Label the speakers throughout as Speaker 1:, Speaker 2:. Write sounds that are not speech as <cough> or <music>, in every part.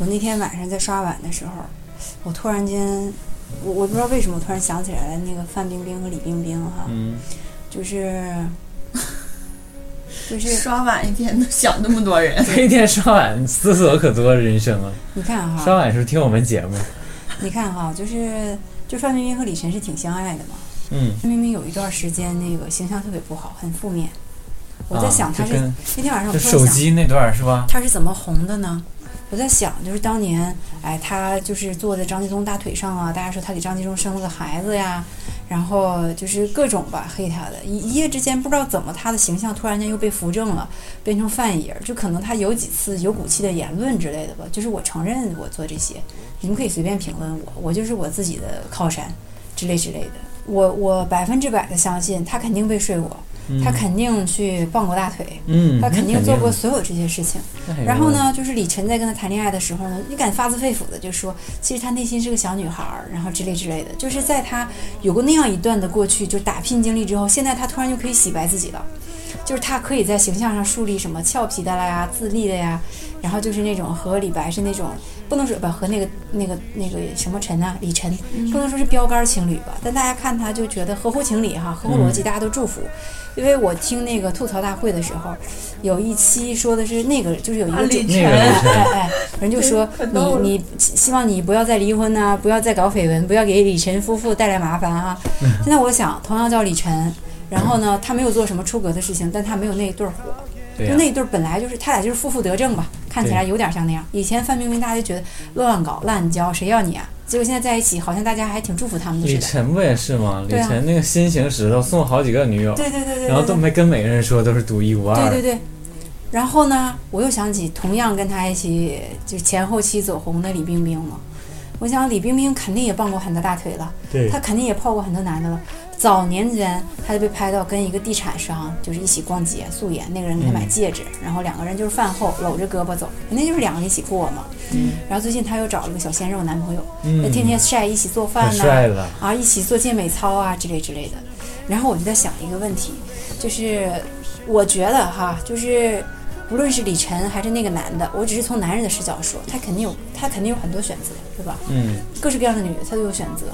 Speaker 1: 我那天晚上在刷碗的时候，我突然间，我我不知道为什么，我突然想起来了那个范冰冰和李冰冰哈，
Speaker 2: 嗯，
Speaker 1: 就是就是
Speaker 3: 刷碗一天能想那么多人，
Speaker 2: 这一天刷碗思索可多人生啊！
Speaker 1: 你看哈，
Speaker 2: 刷碗时候听我们节目，
Speaker 1: 你看哈，就是就范冰冰和李晨是挺相爱的嘛。
Speaker 2: 嗯，
Speaker 1: 范冰冰有一段时间那个形象特别不好，很负面。我在
Speaker 2: 啊
Speaker 1: 想她、
Speaker 2: 就是跟
Speaker 1: 那天晚上我
Speaker 2: 就
Speaker 1: 突然
Speaker 2: 手
Speaker 1: 想
Speaker 2: 机那段儿是吧？
Speaker 1: 她是怎么红的呢？我在想，就是当年，哎，她就是坐在张纪中大腿上啊，大家说她给张纪中生了个孩子呀，然后就是各种吧黑她的，一一夜之间不知道怎么她的形象突然间又被扶正了，变成范爷儿，就可能她有几次有骨气的言论之类的吧。就是我承认我做这些，你们可以随便评论我，我就是我自己的靠山，之类之类的。我我百分之百的相信她肯定被睡过，
Speaker 2: 嗯
Speaker 1: 她肯定去抱过大腿，
Speaker 2: 嗯，
Speaker 1: 她
Speaker 2: 那肯
Speaker 1: 肯定做过所有这些事情。
Speaker 2: 那肯定
Speaker 1: 然后呢，就是李晨在跟她谈恋爱的时候呢，你敢发自肺腑的就说，其实她内心是个小女孩儿，然后之类之类的，就是在她有过那样一段的过去，就打拼经历之后，现在她突然就可以洗白自己了，就是她可以在形象上树立什么俏皮的啦呀、自立的呀，然后就是那种和李白是那种不能说吧，和那个那个那个什么陈啊，李晨
Speaker 3: 嗯
Speaker 1: 不能说是标杆情侣吧，但大家看她就觉得合乎情理哈，合乎逻辑，大家都祝福。因为我听那个吐槽大会的时候，有一期说的是那个，就是有一个
Speaker 3: 啊
Speaker 1: 就
Speaker 3: 李
Speaker 2: 那个
Speaker 1: 哎
Speaker 2: 不是
Speaker 1: 哎哎，人就
Speaker 3: <laughs>
Speaker 1: 说
Speaker 3: 可
Speaker 1: 你
Speaker 3: 逗了
Speaker 1: 你希希望你不要再离婚呐、不要再搞绯闻，不要给李晨夫妇带来麻烦哈、现在我想，同样叫李晨，然后呢，他没有做什么出格的事情，但他没有那一对儿火，
Speaker 2: 对啊
Speaker 1: 就
Speaker 2: 呀
Speaker 1: 那一对儿本来就是他俩就是负负得正吧，看起来有点像那样。以前范冰冰大家就觉得乱搞滥交，谁要你啊？结果现在在一起，好像大家还挺祝福他们的
Speaker 2: 李
Speaker 1: 似的。
Speaker 2: 晨不也是吗？李
Speaker 1: 对啊
Speaker 2: 晨那个心形石头送好几个女友，
Speaker 1: 对对对对对对，
Speaker 2: 然后都没跟每个人说，都是独一无二。
Speaker 1: 对对对。然后呢，我又想起同样跟他一起就前后期走红的李冰冰嘛，我想李冰冰肯定也抱过很多大腿了，
Speaker 2: 对
Speaker 1: 她肯定也泡过很多男的了。早年间，她就被拍到跟一个地产商就是一起逛街素颜，那个人给她买戒指，
Speaker 2: 嗯
Speaker 1: 然后两个人就是饭后搂着胳膊走，那就是两个人一起过嘛。然后最近她又找了个小鲜肉男朋友，
Speaker 2: 嗯
Speaker 1: 那天天晒一起做
Speaker 2: 可
Speaker 1: 饭呐、
Speaker 2: 帅了，
Speaker 1: 啊，一起做健美操啊之类之类的。然后我就在想一个问题，就是我觉得哈，就是无论是李晨还是那个男的，我只是从男人的视角说，他肯定有他肯定有很多选择，是吧？
Speaker 2: 嗯，
Speaker 1: 各式各样的女的他都有选择。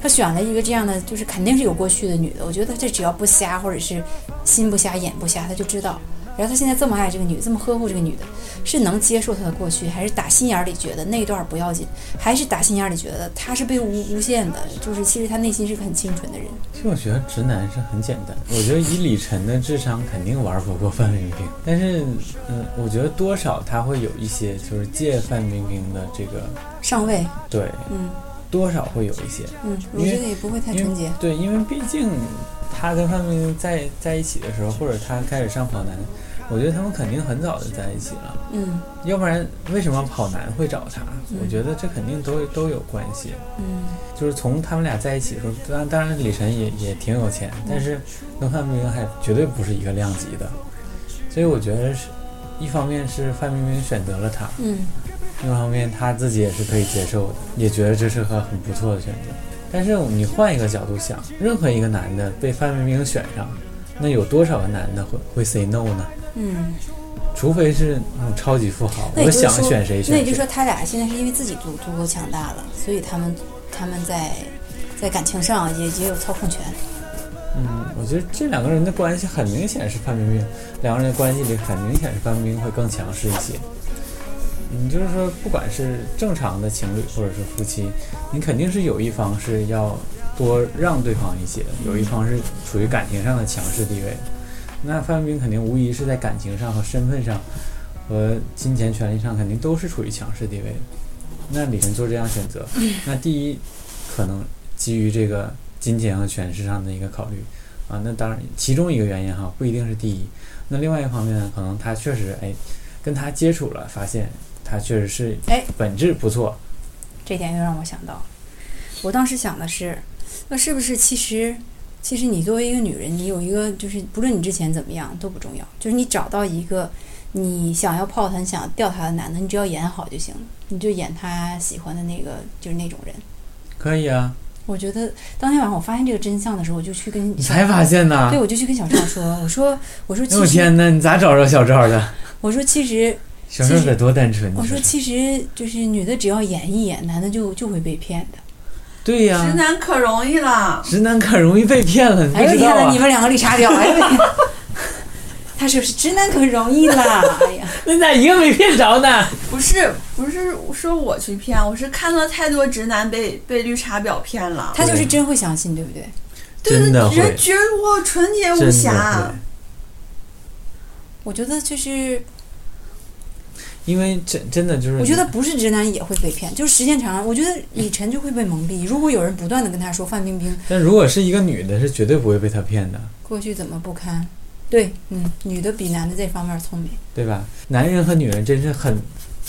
Speaker 1: 他选了一个这样的，就是肯定是有过去的女的。我觉得他这只要不瞎，或者是心不瞎、眼不瞎，他就知道。然后他现在这么爱这个女的，这么呵护这个女的，是能接受她的过去，还是打心眼儿里觉得那段儿不要紧，还是打心眼儿里觉得她是被诬诬陷的？就是其实她内心是个很清纯的人。
Speaker 2: 其实我觉得直男是很简单，我觉得以李晨的智商肯定玩不过范冰冰，但是，嗯，我觉得多少他会有一些就是借范冰冰的这个，
Speaker 1: 上位，
Speaker 2: 对，
Speaker 1: 嗯
Speaker 2: 多少会有一些，
Speaker 1: 嗯，我
Speaker 2: 因为
Speaker 1: 觉得也不会太纯
Speaker 2: 因为
Speaker 1: 洁。
Speaker 2: 对，因为毕竟他跟范冰冰在在一起的时候，或者他开始上跑男，我觉得他们肯定很早就在一起了。
Speaker 1: 嗯
Speaker 2: 要不然为什么跑男会找他？
Speaker 1: 嗯
Speaker 2: 我觉得这肯定都都有关系。
Speaker 1: 嗯
Speaker 2: 就是从他们俩在一起的时候，当然当然李晨也也挺有钱，但是跟范冰冰还绝对不是一个量级的。所以我觉得是，一方面是范冰冰选择了他，
Speaker 1: 嗯
Speaker 2: 另一方面他自己也是可以接受的，也觉得这是个很不错的选择。但是你换一个角度想，任何一个男的被范冰冰选上，那有多少个男的会会 say no 呢？
Speaker 1: 嗯，
Speaker 2: 除非是那种超级富豪，
Speaker 1: 那也
Speaker 2: 我
Speaker 1: 就是
Speaker 2: 想
Speaker 1: 说，
Speaker 2: 选谁选谁。
Speaker 1: 那也就是说，他俩现在是因为自己足足够强大了，所以他们他们在在感情上也也有操控权。
Speaker 2: 嗯，我觉得这两个人的关系很明显是范冰冰，两个人的关系里很明显是范冰冰会更强势一些。嗯，就是说，不管是正常的情侣或者是夫妻，你肯定是有一方是要多让对方一些，有一方是处于感情上的强势地位。那范冰冰肯定无疑是在感情上和身份上和金钱权利上肯定都是处于强势地位的。那李晨做这样选择，那第一可能基于这个金钱和权势上的一个考虑啊，那当然其中一个原因哈，不一定是第一。那另外一方面呢，可能他确实哎，跟他接触了，发现他确实是
Speaker 1: 哎
Speaker 2: 本质不错，
Speaker 1: 这点又让我想到，我当时想的是，那是不是其实，其实你作为一个女人，你有一个就是，不论你之前怎么样都不重要，就是你找到一个你想要泡他、你想要钓他的男的，你只要演好就行了，你就演他喜欢的那个，就是那种人。
Speaker 2: 可以啊。
Speaker 1: 我觉得当天晚上我发现这个真相的时候，我就去跟
Speaker 2: 你才发现啊呐 <laughs>
Speaker 1: 对，？我就去跟小赵说，我说，我说，
Speaker 2: 哎
Speaker 1: 其
Speaker 2: 呦
Speaker 1: 实
Speaker 2: 天呐，你咋找着小赵的？
Speaker 1: 我说其实
Speaker 2: 小时候得多单纯，
Speaker 1: 我
Speaker 2: 你
Speaker 1: 说，其实就是女的只要演一演，男的就就会被骗的。
Speaker 2: 对啊呀、
Speaker 3: <laughs> 直男可容易了，
Speaker 2: 直男可容易被骗了，你不
Speaker 1: 哎呦
Speaker 2: 知
Speaker 1: 天
Speaker 2: 道
Speaker 1: 呐，
Speaker 2: 啊？
Speaker 1: 你们两个绿茶婊！哎呦， <laughs> 他说是直男可容易啦。哎呀，
Speaker 2: 那咋一个没骗着呢？
Speaker 3: 不是不是说我去骗，我是看到太多直男被被绿茶婊骗了。
Speaker 1: 他就是真会相信，对不对？
Speaker 3: 对
Speaker 2: 真的会
Speaker 3: 人觉得我纯洁无
Speaker 2: 真
Speaker 3: 瑕
Speaker 2: 的，
Speaker 1: 我觉得就是，
Speaker 2: 会，因为真真的就是，
Speaker 1: 我觉得不是直男也会被骗，就是时间长了，我觉得李晨就会被蒙蔽。如果有人不断的跟他说范冰冰
Speaker 2: 但如果是一个女的，是绝对不会被他骗的，
Speaker 1: 过去怎么不堪，对，嗯，女的比男的这方面聪明。
Speaker 2: 对吧？男人和女人真是很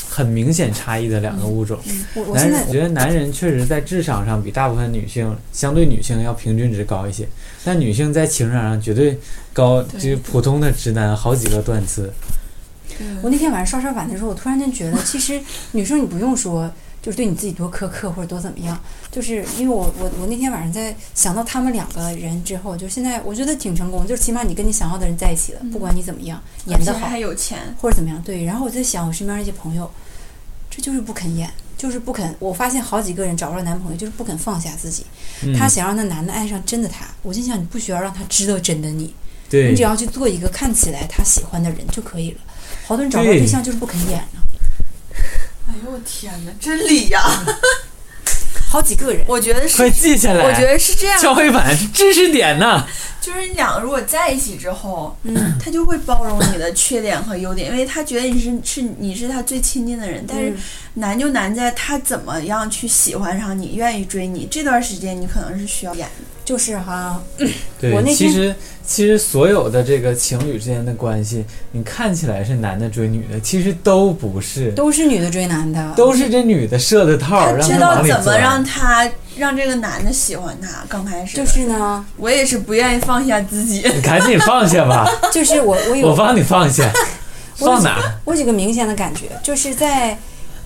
Speaker 2: 很明显差异的两个物种。
Speaker 1: 嗯，我我
Speaker 2: 男
Speaker 1: 现
Speaker 2: 人，
Speaker 1: 在
Speaker 2: 我觉得男人确实在智商上比大部分女性相对女性要平均值高一些，但女性在情商上绝对高，就
Speaker 3: 对
Speaker 2: 是普通的直男好几个段次。
Speaker 1: 我那天晚上刷刷碗的时候，我突然间觉得，其实女生你不用说，就是对你自己多苛刻或者多怎么样，就是因为我我我那天晚上在想到他们两个人之后，就现在我觉得挺成功，就是起码你跟你想要的人在一起了，
Speaker 3: 嗯
Speaker 1: 不管你怎么样
Speaker 3: 而
Speaker 1: 演
Speaker 3: 且
Speaker 1: 得好
Speaker 3: 还有钱，
Speaker 1: 或者怎么样，对。然后我在想我身边那些朋友，这就是不肯演，就是不肯。我发现好几个人找不着男朋友，就是不肯放下自己。
Speaker 2: 嗯、
Speaker 1: 她想让那男的爱上真的她，我心想你不需要让他知道真的你，
Speaker 2: 对
Speaker 1: 你只要去做一个看起来他喜欢的人就可以了。好多人找不到
Speaker 2: 对
Speaker 1: 对象就是不肯演啊，
Speaker 3: 哎呦我天哪，真理呀、
Speaker 1: 好几个人。
Speaker 3: <laughs> 我觉得是
Speaker 2: 快，记下来，
Speaker 3: 我觉得是这样，
Speaker 2: 敲黑板知识点呢。
Speaker 3: 就是你俩如果在一起之后，
Speaker 1: 嗯
Speaker 3: 他就会包容你的缺点和优点，因为他觉得你是是你是他最亲近的人。但是难就难在他怎么样去喜欢上你，愿意追你。这段时间你可能是需要演的，
Speaker 1: 就是哈，
Speaker 2: 对，
Speaker 1: 我那
Speaker 2: 其
Speaker 1: 天
Speaker 2: 实其实所有的这个情侣之间的关系，你看起来是男的追女的，其实都不是，
Speaker 1: 都是女的追男的，
Speaker 2: 都是这女的设的套儿，让
Speaker 3: 知
Speaker 2: 他
Speaker 3: 道
Speaker 2: 往里
Speaker 3: 怎么
Speaker 2: 钻
Speaker 3: 让他让这个男的喜欢他。刚开始，
Speaker 1: 就是呢，
Speaker 3: 我也是不愿意放下
Speaker 1: <laughs>
Speaker 3: 自己，
Speaker 2: 你赶紧放下吧，
Speaker 1: 就是我我
Speaker 2: 我
Speaker 1: 有
Speaker 2: 帮你放下，
Speaker 1: 我
Speaker 2: 放哪儿？
Speaker 1: 我有几个明显的感觉，就是在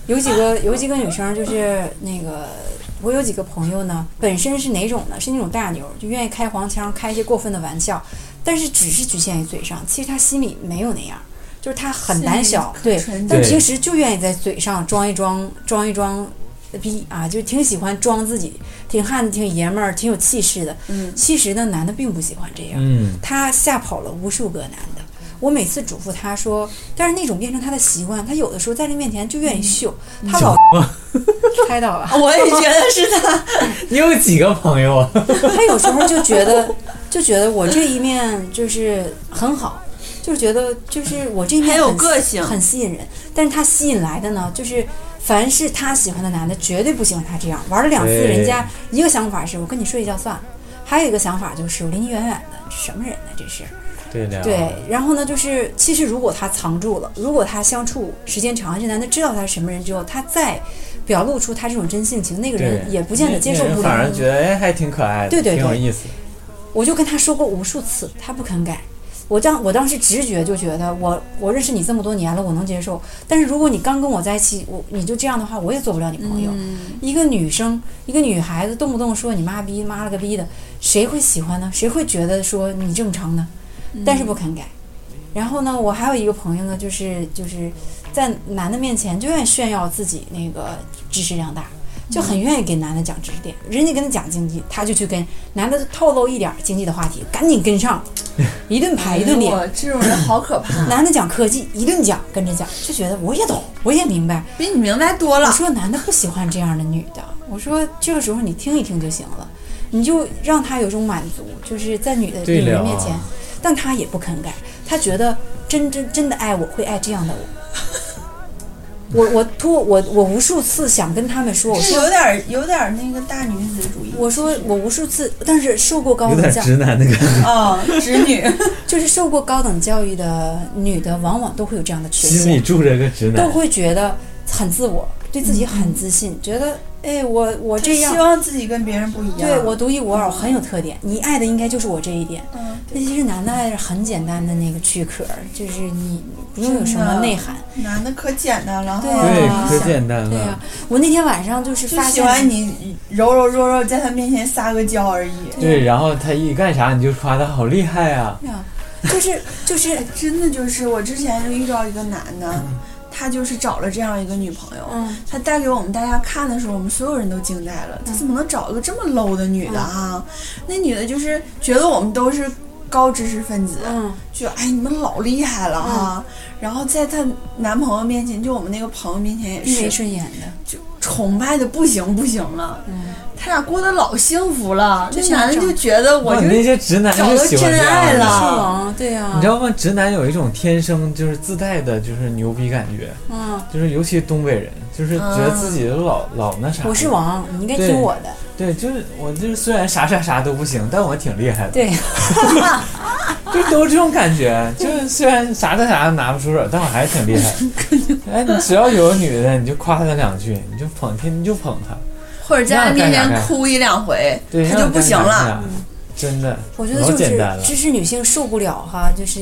Speaker 1: 有几个有几个女生，就是那个我有几个朋友呢，本身是哪种呢？是那种大牛，就愿意开黄腔，开一些过分的玩笑，但是只是局限于嘴上，其实他心里没有那样，就是他很胆小，
Speaker 3: 心里
Speaker 1: 对
Speaker 3: 可纯，
Speaker 1: 但
Speaker 2: 对
Speaker 1: 平时就愿意在嘴上装一装，装一装。逼啊，就挺喜欢装自己，挺汉子，挺爷们儿，挺有气势的。
Speaker 3: 嗯，
Speaker 1: 其实呢，男的并不喜欢这样。
Speaker 2: 嗯，
Speaker 1: 他吓跑了无数个男的。我每次嘱咐他说，但是那种变成他的习惯，他有的时候在这面前就愿意秀，
Speaker 3: 嗯
Speaker 1: 他老 <laughs> 猜到了，
Speaker 3: 我也觉得是他。
Speaker 2: <laughs> 你有几个朋友啊？
Speaker 1: 他有时候就觉得就觉得我这一面就是很好，就是觉得就是我这一面
Speaker 3: 很有
Speaker 1: 很
Speaker 3: 个性
Speaker 1: 很吸引人，但是他吸引来的呢，就是凡是他喜欢的男的，绝对不喜欢他这样。玩了两次，
Speaker 2: 对
Speaker 1: 人家一个想法是我跟你睡一觉算了，还有一个想法就是我离你远远的，什么人呢？这是。
Speaker 2: <laughs> 对的，
Speaker 1: 对，然后呢，就是其实如果他藏住了，如果他相处时间长，这男的知道他是什么人之后，他再表露出他这种真性情，那个
Speaker 2: 对，
Speaker 1: 人也不见得
Speaker 2: 那
Speaker 1: 接受
Speaker 2: 那人
Speaker 1: 不
Speaker 2: 反而
Speaker 1: 了。
Speaker 2: 觉得哎还挺可爱的，
Speaker 1: 对对
Speaker 2: 挺有
Speaker 1: 对
Speaker 2: 意思。
Speaker 1: 我就跟他说过无数次，他不肯改。我当我当时直觉就觉得我，我认识你这么多年了，我能接受。但是如果你刚跟我在一起，我你就这样的话，我也做不了 <laughs> 你朋友。
Speaker 3: 嗯
Speaker 1: 一个女生，一个女孩子，动不动说你妈逼，妈了个逼的，谁会喜欢呢？谁会觉得说你正常呢？
Speaker 3: 嗯
Speaker 1: 但是不肯改。然后呢，我还有一个朋友呢，就是就是在男的面前就愿意炫耀自己那个知识量大，
Speaker 3: 嗯
Speaker 1: 就很愿意给男的讲知识点。人家跟他讲经济，他就去跟男的透露一点儿经济的话题，赶紧跟
Speaker 3: <laughs>
Speaker 1: 上，一顿排一顿
Speaker 3: 哎
Speaker 1: 脸嗯
Speaker 3: 呦。我这种人好可怕，
Speaker 1: 男的讲科技，一顿讲，跟着讲，就觉得我也懂，我也明白。
Speaker 3: 比你明白多
Speaker 1: 我
Speaker 3: 了。
Speaker 1: 说男的不喜欢这样的女的，我说这个时候你听一听就行了，你就让他有一种满足，就是在女的
Speaker 2: 对
Speaker 1: 女
Speaker 2: 了
Speaker 1: 人面前，但他也不肯改，他觉得真真真的爱我会爱这样的
Speaker 2: <laughs>
Speaker 1: 我。我我突我我无数次想跟他们说，我
Speaker 3: 是
Speaker 1: 说
Speaker 3: 有点儿有点儿那个大女子主义。
Speaker 1: 我说我无数次，但是受过高
Speaker 2: 有
Speaker 1: 等
Speaker 2: 点
Speaker 1: 教
Speaker 2: 直男的感觉，
Speaker 3: 啊、直女，
Speaker 1: 就是受过高等教育的女的，往往都会有这样的缺陷
Speaker 2: 心。里住着个直
Speaker 1: 都
Speaker 2: 男，
Speaker 1: 会觉得很自我，对自己很自信，觉得哎，我 <laughs> 我这
Speaker 3: 嗯希
Speaker 1: 样，
Speaker 3: 望自己跟别人不一样。
Speaker 1: 对我独一无二，我很有特点。你爱的应该就是我这一点。
Speaker 3: 嗯，
Speaker 1: 那其实男的爱是很简单的那个躯壳，就是你不用有什么内涵。
Speaker 3: 男的可简单了哈，
Speaker 1: 对
Speaker 2: 对，
Speaker 1: 啊
Speaker 2: 可简单
Speaker 1: 对呀、
Speaker 2: 了。
Speaker 1: 我那天晚上就是
Speaker 3: 嗯就
Speaker 1: 发
Speaker 3: 喜
Speaker 1: 现
Speaker 3: 欢你揉揉揉揉，在他面前撒个娇而已。
Speaker 2: 嗯对，然后他一干啥你就夸他好厉害啊，
Speaker 1: 对呀就是就是
Speaker 3: <laughs>
Speaker 2: 嗯
Speaker 3: 真的就是我之前就遇到一个男的，他就是找了这样一个女朋友，
Speaker 1: 嗯
Speaker 3: 他带给我们大家看的时候，我们所有人都惊呆
Speaker 2: 嗯
Speaker 3: 了，他怎么能找一个这么 low 的女的啊？那女的就是觉得我们都是高知识分子，
Speaker 1: 嗯
Speaker 3: 就哎你们老厉害了
Speaker 2: 嗯
Speaker 3: 啊！然后在她男朋友面前，就我们那个朋友面前也
Speaker 1: 一眉
Speaker 3: 是，
Speaker 1: 顺眼的，
Speaker 3: 就崇拜的不行不行了。
Speaker 1: 嗯，
Speaker 3: 他俩过得老幸福了，
Speaker 1: 就
Speaker 3: 这
Speaker 1: 想
Speaker 3: 男的
Speaker 1: 找
Speaker 3: 就觉得我
Speaker 2: 哇
Speaker 3: 就
Speaker 2: 哦你那些直男
Speaker 3: 找
Speaker 2: 就
Speaker 3: 到
Speaker 2: 喜欢这
Speaker 3: 真爱
Speaker 2: 样的
Speaker 3: 了
Speaker 1: 是王，对啊呀、
Speaker 2: 你知道吗？直男有一种天生就是自带的，就是牛逼感觉，
Speaker 1: 嗯，
Speaker 2: 就是尤其东北人，就是觉得自己老、老那啥。
Speaker 1: 我是。王，你应该听我的，
Speaker 2: 对，就是我，就是虽然啥啥啥都不行，但我挺厉害的，
Speaker 3: <laughs>
Speaker 1: 对，
Speaker 2: <laughs> 就都这种感觉。就是虽然啥的啥都拿不出手，但我还是挺
Speaker 1: <laughs>
Speaker 2: 厉害。哎，你只要有个女的，你就夸她两句，你就捧，天天就捧她，
Speaker 3: 或者在他
Speaker 2: 那干
Speaker 3: 面
Speaker 2: 啥
Speaker 3: 前
Speaker 2: 呀
Speaker 3: 哭一两回，
Speaker 2: 对，
Speaker 3: 他就不行了。
Speaker 2: 了。真的，
Speaker 1: 嗯我觉得
Speaker 2: 老
Speaker 1: 就
Speaker 2: 简
Speaker 1: 是
Speaker 2: 单了。
Speaker 1: 知识女性受不了哈，就是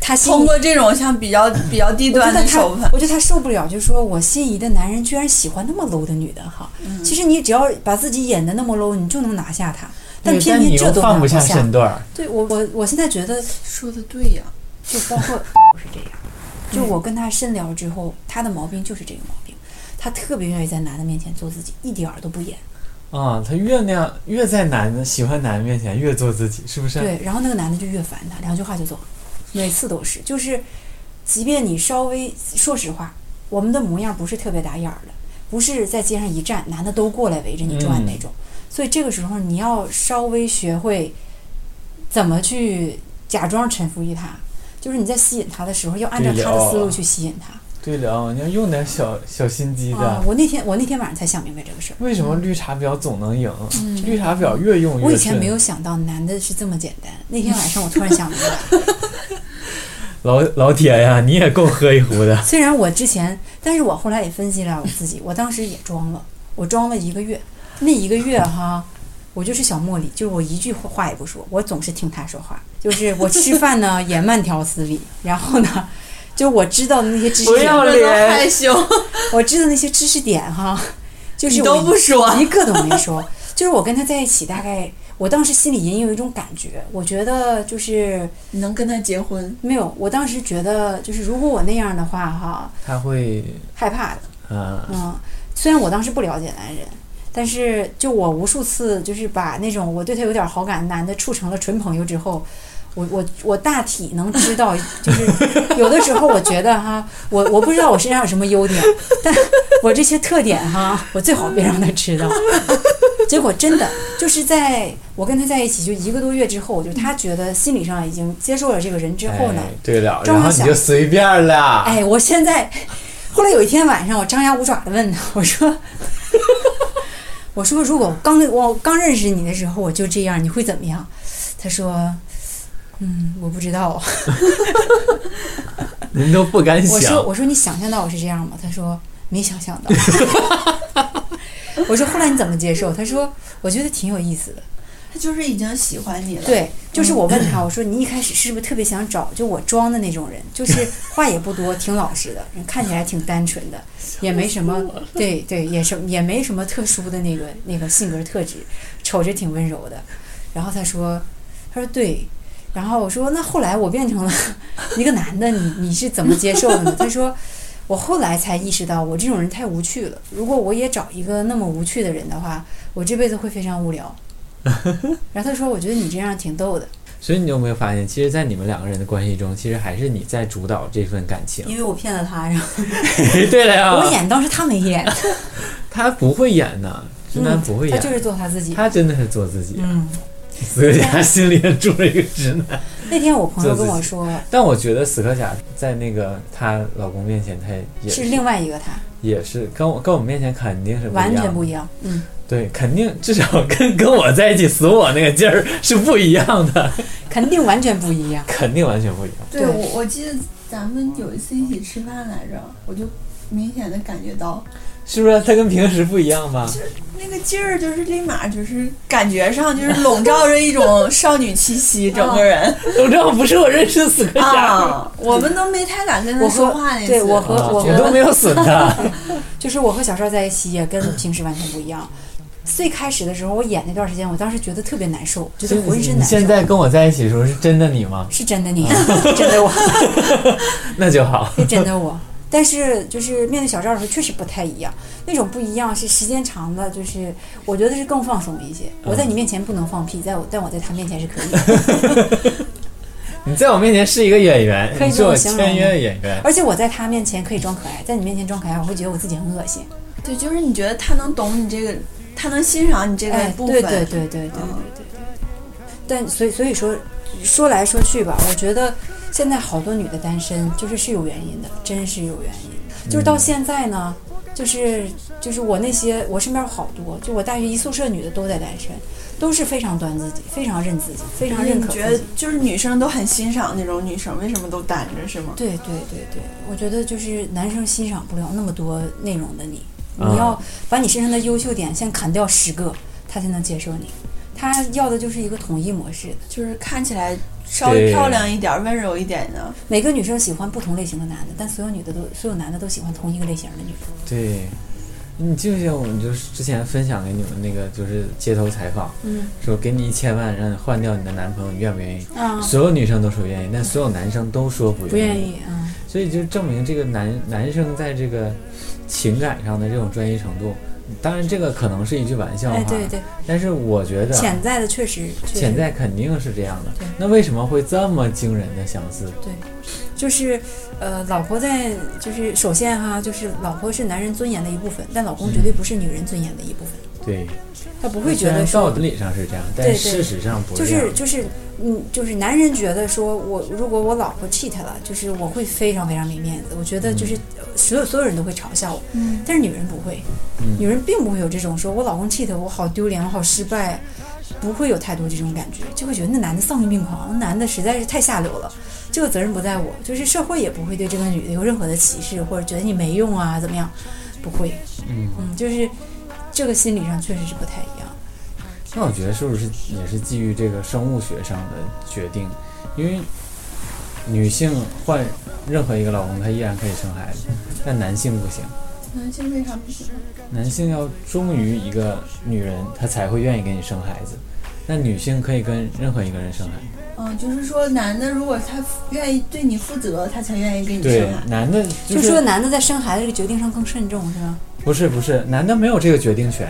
Speaker 1: 她心
Speaker 3: 通
Speaker 1: 里。
Speaker 3: 过这种像比 <coughs> 较比较低
Speaker 1: 我觉
Speaker 3: 端
Speaker 1: 得
Speaker 3: 的
Speaker 1: 她
Speaker 3: 手法，，
Speaker 1: 我觉得她受不了，就是说我心仪的男人居然喜欢那么 low 的女的哈。
Speaker 3: 嗯
Speaker 1: 其实你只要把自己演的那么 low，你就能拿下她。
Speaker 2: 对
Speaker 1: 偏
Speaker 2: 你
Speaker 1: 偏
Speaker 2: 又
Speaker 1: 这都拿
Speaker 2: 放不
Speaker 1: 下。
Speaker 2: 身段儿，
Speaker 1: 对我，我我现在觉得
Speaker 3: 说的对呀。
Speaker 1: 就包括 <laughs> 是这样，嗯就我跟他深聊之后，他的毛病就是这个毛病，他特别愿意在男的面前做自己，一点儿都不演。
Speaker 2: 啊，他越那样，越在男的喜欢男的面前越做自己，是不是？
Speaker 1: 对，然后那个男的就越烦他，两句话就走了，每次都是，就是，即便你稍微说实话，我们的模样不是特别打眼儿的，不是在街上一站，男的都过来围着你转那种，所以这个时候你要稍微学会怎么去假装臣服于他，就是你在吸引他的时候，要按照他的思路去吸引他。
Speaker 2: 对了啊，你要用点小小心机的。
Speaker 1: 啊，我那天我那天晚上才想明白这个事儿。
Speaker 2: 为什么绿茶婊总能赢？绿茶婊越用越
Speaker 1: 嗯我以前
Speaker 2: 顺
Speaker 1: 没有想到男的是这么简单。那天晚上我突然想明白，了，
Speaker 2: 老老铁呀，你也够喝一壶的。
Speaker 1: 虽然我之前，但是我后来也分析了我自己，我当时也装了，我装了一个月。那一个月哈，我就是小茉莉，就是我一句话也不说，我总是听她说话。就是我吃饭呢也慢条斯理，然后呢， <laughs> 就我知道的那些知识
Speaker 2: 不要
Speaker 1: 点，
Speaker 3: 我都
Speaker 2: 脸
Speaker 3: 害羞，
Speaker 1: 我知道那些知识点哈，就是
Speaker 3: <laughs> 你
Speaker 1: 我
Speaker 3: 都不说。
Speaker 1: 一个都没说。就是我跟他在一起，大概我当时心里隐隐有一种感觉，我觉得就是
Speaker 3: 你能跟他结婚？
Speaker 1: 没有，我当时觉得就是如果我那样的话，哈，
Speaker 2: <laughs> 他会，
Speaker 1: 害怕的。
Speaker 2: 啊，
Speaker 1: 嗯，虽然我当时不了解男人，但是就我无数次就是把那种我对他有点好感的男的处成了纯朋友之后。我我我大体能知道，就是 <laughs> 有的时候我觉得哈，我我不知道我身上有什么优点，但我这些特点哈，我最好别让他知道。 <laughs> 结果真的就是在我跟他在一起就一个多月之后，就他觉得心理上已经接受了这个人之后呢，
Speaker 2: 哎对了，
Speaker 1: 正
Speaker 2: 然
Speaker 1: 好
Speaker 2: 后你
Speaker 1: 想
Speaker 2: 就随便了。
Speaker 1: 哎，我现在，后来有一天晚上，我张牙舞爪的问他，我说， <laughs> 我说如果刚我刚认识你的时候我就这样，你会怎么样？他说，嗯，我不知道啊。
Speaker 2: 您都不敢
Speaker 1: 我
Speaker 2: 想
Speaker 1: 说，我说你想象到我是这样吗？他说没想象到。 <laughs> 我说后来你怎么接受？他说我觉得挺有意思的。
Speaker 3: 他就是已经喜欢你了。，
Speaker 1: 对，就是我问他，我说你一开始是不是特别想找就我装的那种人，就是话也不多，挺老实的，人看起来挺单纯的，也没什么，对对，也是也没什么特殊的那个那个性格特质，瞅着挺温柔的。然后他说，他说对。然后我说那后来我变成了一个男的，你你是怎么接受的呢？他说。我后来才意识到，我这种人太无趣了。如果我也找一个那么无趣的人的话，我这辈子会非常无聊。然后他说：“我觉得你这样挺逗的。”
Speaker 2: 所以你有没有发现，其实，在你们两个人的关系中，其实还是你在主导这份感情。
Speaker 1: 因为我骗了
Speaker 2: <laughs>
Speaker 1: 他，然后
Speaker 2: 对了呀，
Speaker 1: 我演当时他没演，
Speaker 2: 他不会演呢，直男 <laughs> 不会
Speaker 1: 嗯他
Speaker 2: 演，
Speaker 1: 就是做他自己。
Speaker 2: 他真的是做自己。
Speaker 1: 嗯，
Speaker 2: 死磕侠心里也住了一个直男。
Speaker 1: 那天我朋友跟我说，
Speaker 2: 但我觉得死磕侠在那个她老公面前，她也
Speaker 1: 是
Speaker 2: 是
Speaker 1: 另外一个他，
Speaker 2: 也是跟我跟我面前肯定是不一样
Speaker 1: 完
Speaker 2: 的
Speaker 1: 全不一样。嗯，
Speaker 2: 对，肯定至少跟跟我在一起死我那个劲儿是不一样的，
Speaker 1: 肯定完全不一样。
Speaker 2: 肯定完全不一样。
Speaker 1: 对
Speaker 3: 对我我记得咱们有一次一起吃饭来着，我就明显的感觉到
Speaker 2: 是不是他跟平时不一样吧？
Speaker 3: 那个劲儿，就是立马就是感觉上就是笼罩着一种少女气息，整 <laughs> 个人
Speaker 2: 都这样不是我认识死磕侠，
Speaker 3: 啊， <laughs> 我们都没太敢跟他
Speaker 1: 我
Speaker 3: 说
Speaker 1: 和
Speaker 3: 话那次。
Speaker 1: 对我和
Speaker 2: 啊
Speaker 1: 我
Speaker 2: 我都没有损
Speaker 1: <laughs>
Speaker 2: 他。
Speaker 1: 就是我和小邵在一起也
Speaker 2: <clears throat>
Speaker 1: 跟平时完全不一样。最开始的时候，我演那段时间，我当时觉得特别难受，觉得浑身
Speaker 2: 你
Speaker 1: 难受
Speaker 2: 现。在跟我在一起的 <laughs> 时候是真的你吗？
Speaker 1: 是真的你，真的我，
Speaker 2: 那就好。
Speaker 1: 是真的我。但是就是面对小赵的时候，确实不太一样。那种不一样是时间长了，就是我觉得是更放松一些。我在你面前不能放屁，在我但我在他面前是可以的。
Speaker 2: 你在我面前是一个演员，
Speaker 1: <laughs> 可以
Speaker 2: 你是
Speaker 1: 这么
Speaker 2: 我
Speaker 1: 形容
Speaker 2: 签约的演员。
Speaker 1: 而且我在他面前可以装可爱，在你面前装可爱，我会觉得我自己很恶心。
Speaker 3: 对，就是你觉得他能懂你这个，他能欣赏你这个
Speaker 1: 哎，
Speaker 3: 部
Speaker 1: 对
Speaker 3: 分，嗯
Speaker 1: 对对对对对对对。但所以所以说，说来说去吧，我觉得现在好多女的单身就是是有原因的，真是有原因。就是到现在呢，就是就是我那些我身边有好多，就我大学一宿舍女的都在单身，都是非常端自己，非常认自己，非常
Speaker 3: 就是
Speaker 1: 认
Speaker 3: 你
Speaker 1: 可
Speaker 3: 觉
Speaker 1: 自
Speaker 3: 得
Speaker 1: 己。
Speaker 3: 就是女生都很欣赏那种女生，为什么都单着是吗？
Speaker 1: 对对对对，我觉得就是男生欣赏不了那么多内容的你，
Speaker 2: 啊
Speaker 1: 你要把你身上的优秀点先砍掉十个，他才能接受你。他要的就是一个统一模式，
Speaker 3: 就是看起来稍微
Speaker 2: 对
Speaker 3: 漂亮一点、温柔一点的，
Speaker 1: 每个女生喜欢不同类型的男的，但所有女的都，所有男的都喜欢同一个类型的女的。
Speaker 2: 对，你记不记得我们就是之前分享给你们那个就是街头采访，
Speaker 1: 嗯
Speaker 2: 说给你一千万让你换掉你的男朋友，你愿不愿意？
Speaker 1: 啊，
Speaker 2: 所有女生都说愿意，但所有男生都说不
Speaker 1: 不愿意啊，
Speaker 2: 所以就证明这个男男生在这个情感上的这种专一程度，当然这个可能是一句玩笑话，
Speaker 1: 哎，对对，
Speaker 2: 但是我觉得啊
Speaker 1: 潜在的确实，确实
Speaker 2: 潜在肯定是这样的
Speaker 1: 对。
Speaker 2: 那为什么会这么惊人的相似？
Speaker 1: 就是，呃，老婆在就是首先哈，就是老婆是男人尊严的一部分，但老公
Speaker 2: 嗯
Speaker 1: 绝对不是女人尊严的一部分，
Speaker 2: 对，
Speaker 1: 他不会觉
Speaker 2: 虽
Speaker 1: 得
Speaker 2: 然
Speaker 1: 说
Speaker 2: 道理上是这样，
Speaker 1: 对
Speaker 2: 但
Speaker 1: 对
Speaker 2: 事实上不
Speaker 1: 就是
Speaker 2: 这样
Speaker 1: 是就是，嗯，就是男人觉得说我如果我老婆 cheat 了，就是我会非常非常没面子，我觉得就是呃所有所有人都会嘲笑我，
Speaker 3: 嗯，
Speaker 1: 但是女人不会，
Speaker 2: 嗯
Speaker 1: 女人并不会有这种说我老公 cheat 我好丢脸，我好失败，不会有太多这种感觉，就会觉得那男的丧心病狂，那男的实在是太下流了，这个责任不在我，就是社会也不会对这个女的有任何的歧视或者觉得你没用啊怎么样，不会，
Speaker 2: 嗯，
Speaker 1: 嗯，就是这个心理上确实是不太一样。
Speaker 2: 那我觉得是不是也是基于这个生物学上的决定？因为女性换任何一个老公，她依然可以生孩子，但男性不行。
Speaker 3: 男性为啥不行？
Speaker 2: 男性要忠于一个女人，他才会愿意给你生孩子。那女性可以跟任何一个人生孩子，
Speaker 3: 嗯，就是说男的如果他愿意对你负责，他才愿意给你
Speaker 2: 对
Speaker 3: 生，孩。
Speaker 2: 男的就
Speaker 1: 啊就是说男的在生孩子这个决定上更慎重，是吧？
Speaker 2: 不是不是，男的没有这个决定权，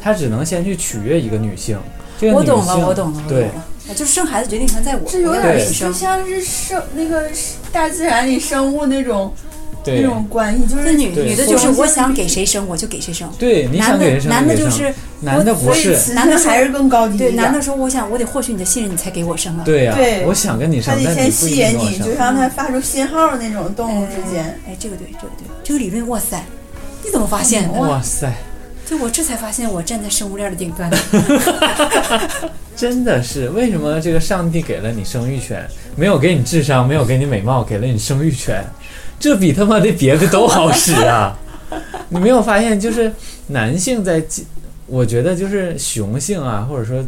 Speaker 2: 他只能先去取悦一个女性。这个
Speaker 1: 我
Speaker 2: 女性
Speaker 1: 懂了，我懂了，我懂
Speaker 2: 对，
Speaker 1: 了。就是生孩子决定权在我，
Speaker 3: 这有
Speaker 1: 我要
Speaker 2: 对
Speaker 1: 给
Speaker 3: 点
Speaker 1: 你
Speaker 3: 就
Speaker 1: 生。
Speaker 3: 像是生那个大自然里生物那种那
Speaker 2: 对
Speaker 3: 种关系，就
Speaker 1: 那
Speaker 3: 是
Speaker 1: 女
Speaker 2: 对
Speaker 1: 女的
Speaker 2: 所以
Speaker 1: 就是
Speaker 3: 我
Speaker 1: 我
Speaker 3: 现在
Speaker 1: 想给谁生我就给谁生，
Speaker 2: 对，你
Speaker 1: 男
Speaker 2: 想给
Speaker 1: 的
Speaker 2: 人生
Speaker 1: 男的
Speaker 2: 给
Speaker 1: 就
Speaker 2: 人生
Speaker 1: 是
Speaker 2: 男的不
Speaker 3: 所以
Speaker 2: 是，
Speaker 3: 慈
Speaker 1: 男的
Speaker 3: 善还是更高级一
Speaker 1: 对
Speaker 3: 点。
Speaker 1: 男的说我想我得获取你的信任你才给我生啊，
Speaker 2: 对呀、
Speaker 3: 对
Speaker 2: 我想跟你
Speaker 3: 他
Speaker 2: 生，但
Speaker 3: 得先
Speaker 2: 你不一
Speaker 3: 吸
Speaker 2: 定
Speaker 3: 引
Speaker 2: 跟我
Speaker 3: 你，就
Speaker 2: 生。
Speaker 3: 让他发出信号那种动物之间。
Speaker 1: 哎，哎这个对，这个对，这个理论，哇塞，你怎么发现的？
Speaker 2: 哇塞，
Speaker 1: 对，我这才发现我站在生物链的顶
Speaker 2: <laughs>
Speaker 1: 端。
Speaker 2: 真的是为什么这个上帝给了你生育权，没有给你智商，没有给你美貌，给了你生育权，这比他妈的别的都好使啊！ <laughs> 你没有发现，就是男性在进，我觉得就是雄性啊，或者说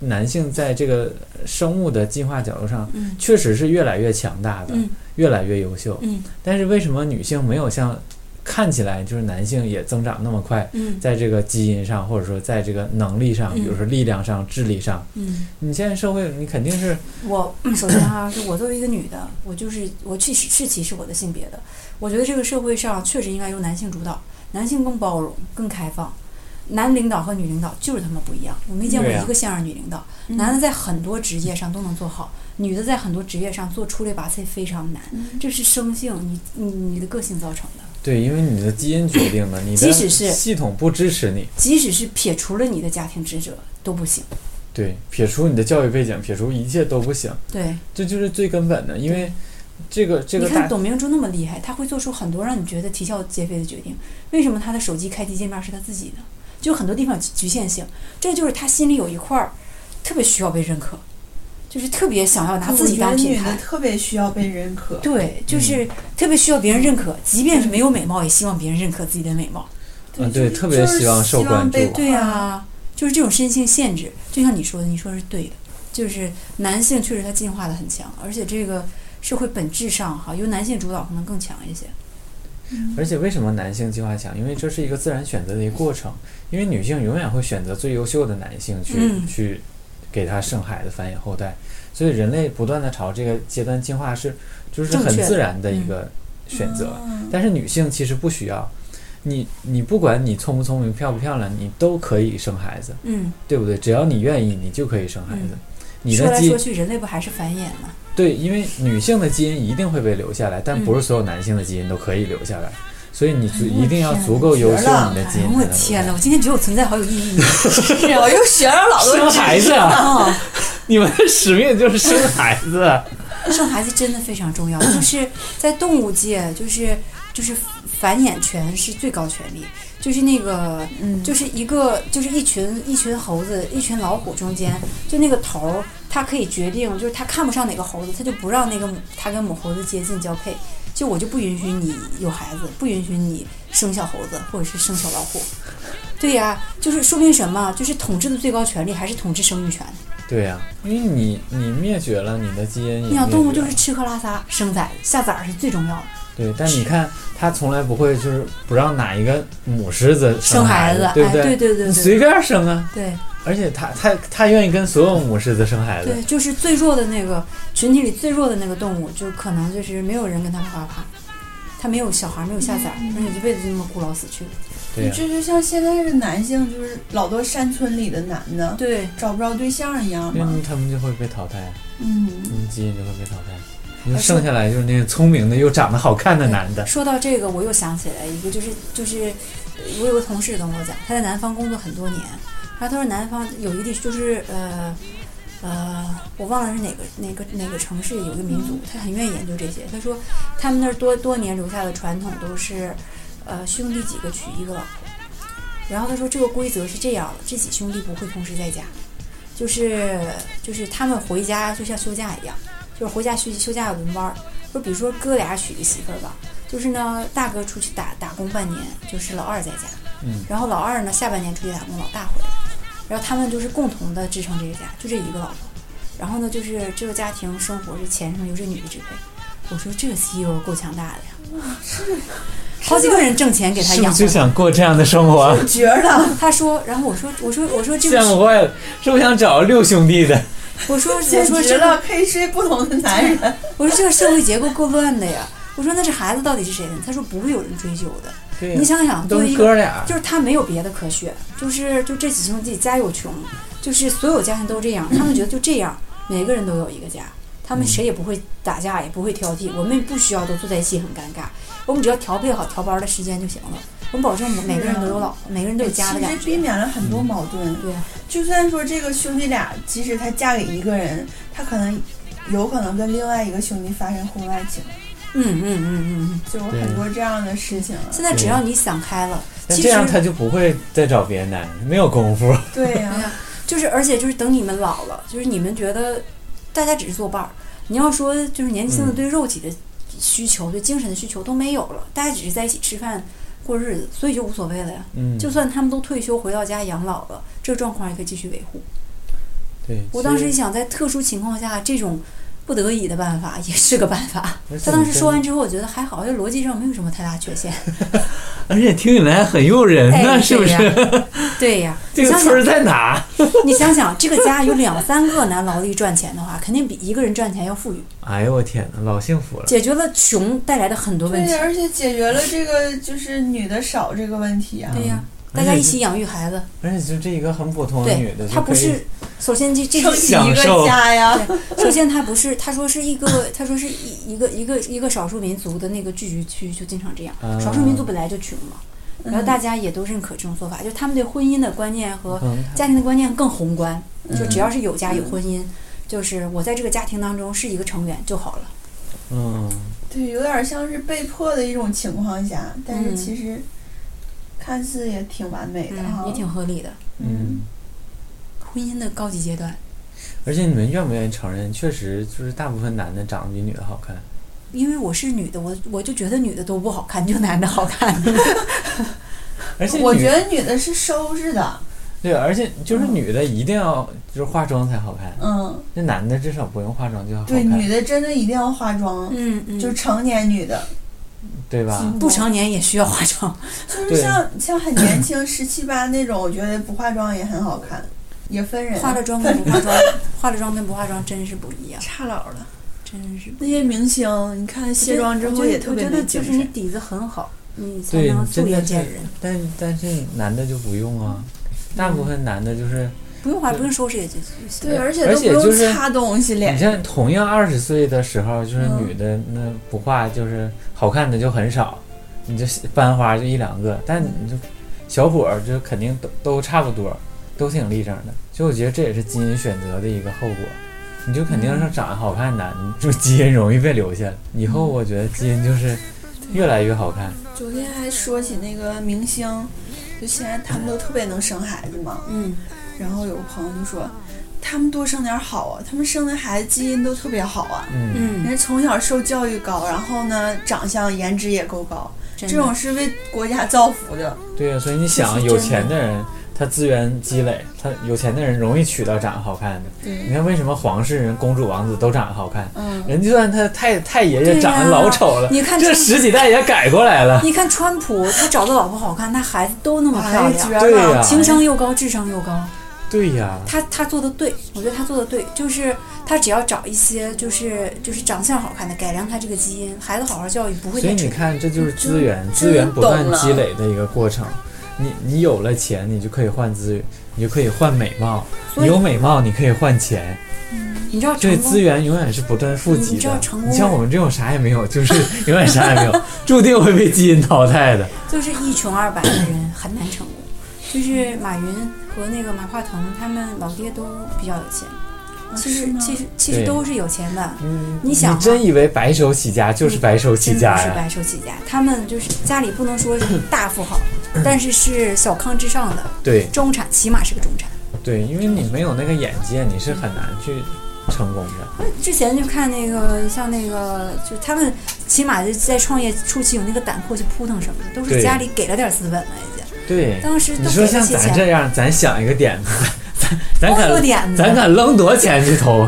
Speaker 2: 男性在这个生物的进化角度上，
Speaker 1: 嗯
Speaker 2: 确实是越来越强大的，
Speaker 1: 嗯
Speaker 2: 越来越优秀。
Speaker 1: 嗯
Speaker 2: 但是为什么女性没有像看起来就是男性也增长那么快？
Speaker 1: 嗯
Speaker 2: 在这个基因上，或者说在这个能力上，
Speaker 1: 嗯
Speaker 2: 比如说力量上、智力上，
Speaker 1: 嗯，
Speaker 2: 你现在社会，你肯定是
Speaker 1: 我嗯首先啊，就我作为一个女的，我就是我去是歧视我的性别的。我觉得这个社会上确实应该由男性主导，男性更包容、更开放。男领导和女领导就是他妈不一样，我没见过
Speaker 2: 对呀
Speaker 1: 一个像样女领导。
Speaker 3: 嗯
Speaker 1: 男的在很多职业上都能做好，女的在很多职业上做出类拔萃非常难，
Speaker 3: 嗯
Speaker 1: 这是生性，你你你的个性造成的。
Speaker 2: 对，因为你的基因决定的，你
Speaker 1: 即
Speaker 2: 的
Speaker 1: 使是
Speaker 2: 系统不支持你，
Speaker 1: 即使是撇除了你的家庭职责都不行。
Speaker 2: 对，撇除你的教育背景，撇除一切都不行，
Speaker 1: 对，
Speaker 2: 这就是最根本的，因为这个这个
Speaker 1: 你看
Speaker 2: 大
Speaker 1: 董明珠那么厉害，她会做出很多让你觉得啼笑皆非的决定。为什么她的手机开机界面是她自己的？就很多地方有局限性，这就是她心里有一块儿特别需要被认可，就是特别想要拿自己当
Speaker 3: 我觉得
Speaker 1: 品
Speaker 3: 女的
Speaker 1: 牌。
Speaker 3: 特别需要被认可。
Speaker 1: 对，就是特别需要别人认可，即便是没有美貌，也希望别人认可自己的美貌。
Speaker 2: 啊对
Speaker 3: 就是
Speaker 2: 特别希望受关注
Speaker 3: 就是希望被啊夸
Speaker 1: 对呀、就是这种身性限制，就像你说的，你说的是对的，就是男性确实他进化的很强，而且这个社会本质上哈，由男性主导可能更强一些。嗯
Speaker 2: 而且为什么男性计划强？因为这是一个自然选择的一个过程，因为女性永远会选择最优秀的男性去、
Speaker 1: 嗯
Speaker 2: 去给他生孩子、繁衍后代，所以人类不断的朝这个阶段进化是就是
Speaker 1: 正确
Speaker 2: 很
Speaker 1: 的嗯
Speaker 2: 自然的一个选择。
Speaker 3: 嗯
Speaker 2: 但是女性其实不需要，你你不管你聪不聪明、漂不漂亮，你都可以生孩子，
Speaker 1: 嗯，
Speaker 2: 对不对？只要你愿意，你就可以生孩子。你
Speaker 1: 说
Speaker 2: 的
Speaker 1: 来
Speaker 2: 基
Speaker 1: 说
Speaker 2: 因
Speaker 1: 去，人类不还是繁衍吗？
Speaker 2: 对，因为女性的基因一定会被留下来，但
Speaker 1: 嗯
Speaker 2: 不是所有男性的基因都可以留下来，所以你
Speaker 1: 哎
Speaker 2: 足一定要
Speaker 1: 啊
Speaker 2: 足够优秀，你的基因才能
Speaker 1: 我
Speaker 2: 留下
Speaker 1: 天哪！哎
Speaker 2: 来。
Speaker 1: 我今天觉得我存在好有意
Speaker 2: <laughs>
Speaker 1: 义。是啊
Speaker 3: 我又学了老
Speaker 2: 生
Speaker 3: 多
Speaker 2: 孩子啊， <laughs>
Speaker 1: 哦，
Speaker 2: 你们的使命就是生孩子。
Speaker 1: 生孩子真的非常重要，就是在动物界，就是就是繁衍权是最高权利，就是那个
Speaker 3: 嗯，
Speaker 1: 就是一个就是一群一群猴子、一群老虎中间，就那个头儿，它可以决定，就是它看不上哪个猴子，它就不让那个母它跟母猴子接近交配。就我就不允许你有孩子，不允许你生小猴子或者是生小老虎。对呀、就是说明什么？就是统治的最高权利还是统治生育权。
Speaker 2: 对呀、因为你你灭绝了你的基因也
Speaker 1: 你想，
Speaker 2: 灭
Speaker 1: 动物
Speaker 2: 绝
Speaker 1: 就
Speaker 2: 了
Speaker 1: 是吃喝拉撒、生崽、下崽儿是最重要的。
Speaker 2: 对，但你看它从来不会就是不让哪一个母狮子
Speaker 1: 生
Speaker 2: 孩
Speaker 1: 孩子，
Speaker 2: 对不
Speaker 1: 哎，对对对
Speaker 2: 你
Speaker 1: 对
Speaker 2: 随便生啊，
Speaker 1: 对
Speaker 2: 而且它它它愿意跟所有母狮子生孩子，
Speaker 1: 对，就是最弱的那个群体里最弱的那个动物，就可能就是没有人跟它啪啪啪，它没有小孩，没有下崽儿，那、一辈子就那么孤老死去了。
Speaker 2: 对啊呀、
Speaker 3: 这就像现在这男性，就是老多山村里的男的
Speaker 1: 对，
Speaker 3: 找不着对象一样
Speaker 2: 因
Speaker 3: 嘛
Speaker 2: 为。他们就会被淘汰，
Speaker 3: 嗯，
Speaker 2: 你们基因就会被淘汰，你就剩下来就是那个聪明的又长得好看的男的，
Speaker 1: 说到这个，我又想起来一个，就是就是呃我有个同事跟我讲，他在南方工作很多年，然后他说南方有一个地区就是呃。呃，我忘了是哪个哪个哪个城市有一个民族，他很愿意研究这些。他说他们那儿多多年留下的传统都是，呃，兄弟几个娶一个老婆。然后他说这个规则是这样的，这几兄弟不会同时在家，就是就是他们回家就像休假一样，就是回家休息休假轮班儿。就比如说哥俩娶个媳妇儿吧，就是呢，大哥出去打打工半年，就是老二在家，
Speaker 2: 嗯，
Speaker 1: 然后老二呢下半年出去打工，老大回来，然后他们就是共同的支撑这个家，就这一个老婆，然后呢，就是这个家庭生活是钱上由这女的支配。我说这个 CEO 够强大的呀，好几个人挣钱给他
Speaker 2: 是不
Speaker 1: 养
Speaker 2: 是就
Speaker 1: 活。
Speaker 2: 想过这样的生活？
Speaker 3: 觉得
Speaker 1: 他说，然后我说，我说，我说这
Speaker 2: 羡
Speaker 1: 个，
Speaker 2: 慕坏了，是不是想找六兄弟的？
Speaker 1: 我说，我
Speaker 3: 简
Speaker 1: 说
Speaker 3: 直
Speaker 1: 这个
Speaker 3: 了，可以睡不同的男人。
Speaker 1: 我说这个社会结构够乱的呀。我说那这孩子到底是谁的？他说不会有人追究的。
Speaker 2: 对呀啊
Speaker 1: 你想想，作
Speaker 2: 都
Speaker 1: 为
Speaker 2: 是
Speaker 1: 一个
Speaker 2: 哥俩，
Speaker 1: 就是他没有别的可选，就是就这几兄弟家又穷，就是所有家庭都这样，他们觉得就这样，每个人都有一个家，他们谁也不会打架，也不会挑剔，我们不需要都坐在一起很尴尬，我们只要调配好调班的时间就行了，我们保证每个人都有老婆，每个人都有家的
Speaker 3: 啊其
Speaker 1: 感
Speaker 3: 实避
Speaker 1: 觉。
Speaker 3: 免了很多矛盾。
Speaker 1: 对，
Speaker 3: 就算说这个兄弟俩，即使他嫁给一个人，他可能有可能跟另外一个兄弟发生婚外情，
Speaker 1: 嗯嗯嗯嗯嗯。
Speaker 3: 就有很多这样的事情了。
Speaker 1: 现在只要你想开了，
Speaker 2: 但
Speaker 1: 其
Speaker 2: 这
Speaker 1: 实
Speaker 2: 样他就不会再找别的男人，没有功夫。
Speaker 3: 对呀、
Speaker 1: 对呀啊就是而且就是等你们老了，就是你们觉得大家只是作伴儿，你要说就是年轻的
Speaker 2: 嗯
Speaker 1: 对肉体的需求、对精神的需求都没有了，大家只是在一起吃饭过日子，所以就无所谓了呀。
Speaker 2: 嗯，
Speaker 1: 就算他们都退休回到家养老了，这个状况也可以继续维护。
Speaker 2: 对，
Speaker 1: 我当
Speaker 2: 其
Speaker 1: 时一
Speaker 2: 实
Speaker 1: 想，在特殊情况下，这种不得已的办法也是个办
Speaker 2: <laughs>
Speaker 1: 法。
Speaker 2: 而且
Speaker 1: 他当时
Speaker 2: 你
Speaker 1: 说完
Speaker 2: 真
Speaker 1: 之后，我觉得还好，这逻辑上没有什么太大缺
Speaker 2: <laughs>
Speaker 1: 陷。
Speaker 2: 而且听起来很诱人呢、
Speaker 1: 哎，
Speaker 2: 是不
Speaker 1: 对
Speaker 2: 是？
Speaker 1: 呀？对呀，
Speaker 2: <laughs> 这
Speaker 1: 你
Speaker 2: 个
Speaker 1: 想
Speaker 2: 村
Speaker 1: 想
Speaker 2: 儿在哪
Speaker 1: 你想想，这个家有两三个男劳力赚钱的话，肯定比一个人赚钱要富裕，
Speaker 2: 哎呦我天哪，老幸福了。
Speaker 1: 解决了穷带来的很多问
Speaker 3: 对
Speaker 1: 题
Speaker 3: 呀，。而且解决了这个就是女的少这个问题啊。
Speaker 1: 对呀、
Speaker 2: 嗯
Speaker 1: 大家一起养育孩子，
Speaker 2: 而且就这一个很普通的女
Speaker 1: 对
Speaker 2: 的，，
Speaker 1: 他
Speaker 2: 就
Speaker 1: 不
Speaker 2: 可以
Speaker 1: 是，首先这这
Speaker 3: 撑
Speaker 1: 是
Speaker 3: 起一个家呀，
Speaker 1: 首先他不是，他说是一个，他说是一一个一个一个少数民族的那个聚居区就经常这样，
Speaker 2: 啊
Speaker 1: 少数民族本来就穷嘛，然后
Speaker 3: 嗯
Speaker 1: 大家也都认可这种做法，就是他们对婚姻的观念和
Speaker 2: 嗯，
Speaker 1: 家庭的观念更宏观，就只
Speaker 3: 嗯
Speaker 1: 要是有家有婚姻，就是我在这个家庭当中是一个成员就好了。
Speaker 2: 嗯，
Speaker 3: 对，有点像是被迫的一种情况下，但是其实看似也挺完美的哈
Speaker 1: 嗯，，也挺合理的。
Speaker 2: 嗯，
Speaker 1: 婚姻的高级阶段，
Speaker 2: 而且你们愿不愿意承认，确实就是大部分男的长得比女的好看。
Speaker 1: 因为我是女的，我我就觉得女的都不好看，就男的好看。
Speaker 2: 而且
Speaker 3: 我
Speaker 2: 女
Speaker 3: 觉得女的是收拾的，
Speaker 2: 对，而且就是女的一定要就是化妆才好看，
Speaker 3: 嗯，
Speaker 2: 那男的至少不用化妆就好
Speaker 3: 对，
Speaker 2: 看
Speaker 3: 女，的真的一定要化妆，
Speaker 1: 嗯嗯，
Speaker 3: 就成年女的，
Speaker 2: 对吧？
Speaker 1: 不成年也需要化妆。
Speaker 3: 就是
Speaker 2: 对
Speaker 3: 像像很年轻十七八那种，我觉得不化妆也很好看，也分人， <laughs>
Speaker 1: 化了妆跟不化妆，化了妆跟不化妆真是不一样，
Speaker 3: 差老了，
Speaker 1: 真是
Speaker 3: 那些明星，你看卸妆之后也特别
Speaker 1: 我觉得
Speaker 3: 没
Speaker 1: 我觉
Speaker 3: 精
Speaker 1: 得就是你
Speaker 3: 神。
Speaker 1: 底子很好，你才
Speaker 2: 对
Speaker 1: 能，素
Speaker 2: 真的
Speaker 1: 颜
Speaker 2: 是
Speaker 1: 见人，，
Speaker 2: 但但是男的就不用啊，大部分男的就是。
Speaker 1: 不用化，不用收拾也就就行。
Speaker 3: 对，啊而且
Speaker 2: 而
Speaker 3: 都不
Speaker 2: 且就
Speaker 3: 用
Speaker 2: 是
Speaker 3: 擦东西脸
Speaker 2: 你。像同样二十岁的时候，就是
Speaker 3: 嗯
Speaker 2: 女的那不化就是好看的就很少，你这班花就一两个，但你就小伙儿就肯定都都差不多，都挺立正的。所以我觉得这也是基因选择的一个后果，你就肯定是长得好看的，你就基因容易被留下来。以后我觉得基因就是越来越好看，
Speaker 3: 昨天还说起那个明星，就现在他们都特别能生孩子嘛。
Speaker 1: 嗯，
Speaker 3: 然后有个朋友就说，他们多生点好啊，他们生的孩子基因都特别好啊。
Speaker 2: 嗯，
Speaker 1: 嗯
Speaker 3: 人，家从小受教育高，然后呢，长相颜值也够高，
Speaker 1: 真
Speaker 3: 这
Speaker 1: 的
Speaker 3: 种是为国家造福的。
Speaker 2: 对呀、啊所以你想，
Speaker 1: 真
Speaker 2: 有
Speaker 1: 的
Speaker 2: 钱的人他资源积累，他有钱的人容易娶到长得好看的。你
Speaker 3: 对，
Speaker 2: 看为什么皇室人公主王子都长得好看？
Speaker 3: 嗯，
Speaker 2: 人就算他太太爷
Speaker 1: 对呀
Speaker 2: 爷长得老丑了，
Speaker 1: 你看
Speaker 2: 这
Speaker 1: 川
Speaker 2: 十几代也改过来了。
Speaker 1: 你看川普，他找的老婆好看，他孩子都那么漂
Speaker 3: 哎，绝
Speaker 1: 亮，
Speaker 3: 了，
Speaker 2: 对呀
Speaker 1: 情商又高，智商又高。
Speaker 2: 对呀，
Speaker 1: 他他做的对，我觉得他做的对，就是他只要找一些就是就是长相好看的，改良他这个基因，孩子好好教育，不会
Speaker 2: 所以
Speaker 1: 再
Speaker 2: 你
Speaker 1: 蠢。
Speaker 2: 看，这就是资源，
Speaker 3: 真
Speaker 2: 资源不断
Speaker 3: 懂了
Speaker 2: 积累的一个过程。你你有了钱，你就可以换资源，你就可以换美貌。
Speaker 1: 所
Speaker 2: 你
Speaker 1: 以
Speaker 2: 有美貌，你可以换钱。
Speaker 1: 你知道
Speaker 2: 这
Speaker 1: 成
Speaker 2: 资
Speaker 1: 功，
Speaker 2: 源永远是不断富集
Speaker 1: 你知道
Speaker 2: 的
Speaker 1: 成。功
Speaker 2: 你像我们这种啥也没有， <laughs> 就是永远啥也没有，注定会被基因淘汰的。
Speaker 1: 就是一穷二白的人很难成功。就是马云和那个马化腾，他们老爹都比较有钱，其
Speaker 3: 啊是
Speaker 1: 实
Speaker 3: 吗
Speaker 1: 其实其实
Speaker 2: 对
Speaker 1: 都是有钱的，
Speaker 2: 啊嗯，
Speaker 1: 你想啊
Speaker 2: 你真以为白手起家就是白手起
Speaker 1: 真的
Speaker 2: 家
Speaker 1: 不是
Speaker 2: 呀？
Speaker 1: 白手起家，他们就是家里不能说是大富豪，但是是小康之上的
Speaker 2: 对，
Speaker 1: 中产，起码是个中产。
Speaker 2: 对，因为你没有那个眼界，你是很难去成功的。
Speaker 1: 之前就看那个，像那个，就他们起码就在创业初期有那个胆魄去扑腾什么的，都是
Speaker 2: 对
Speaker 1: 家里给了点资本了已经。
Speaker 2: 对，
Speaker 1: 当时
Speaker 2: 你
Speaker 1: 都给
Speaker 2: 说
Speaker 1: 了
Speaker 2: 像
Speaker 1: 些
Speaker 2: 咱
Speaker 1: 钱，
Speaker 2: 这样，咱想一个点子， <laughs> 咱
Speaker 1: 都
Speaker 2: 咱
Speaker 1: 有
Speaker 2: 敢
Speaker 1: 点子
Speaker 2: 咱，敢扔多少钱去投？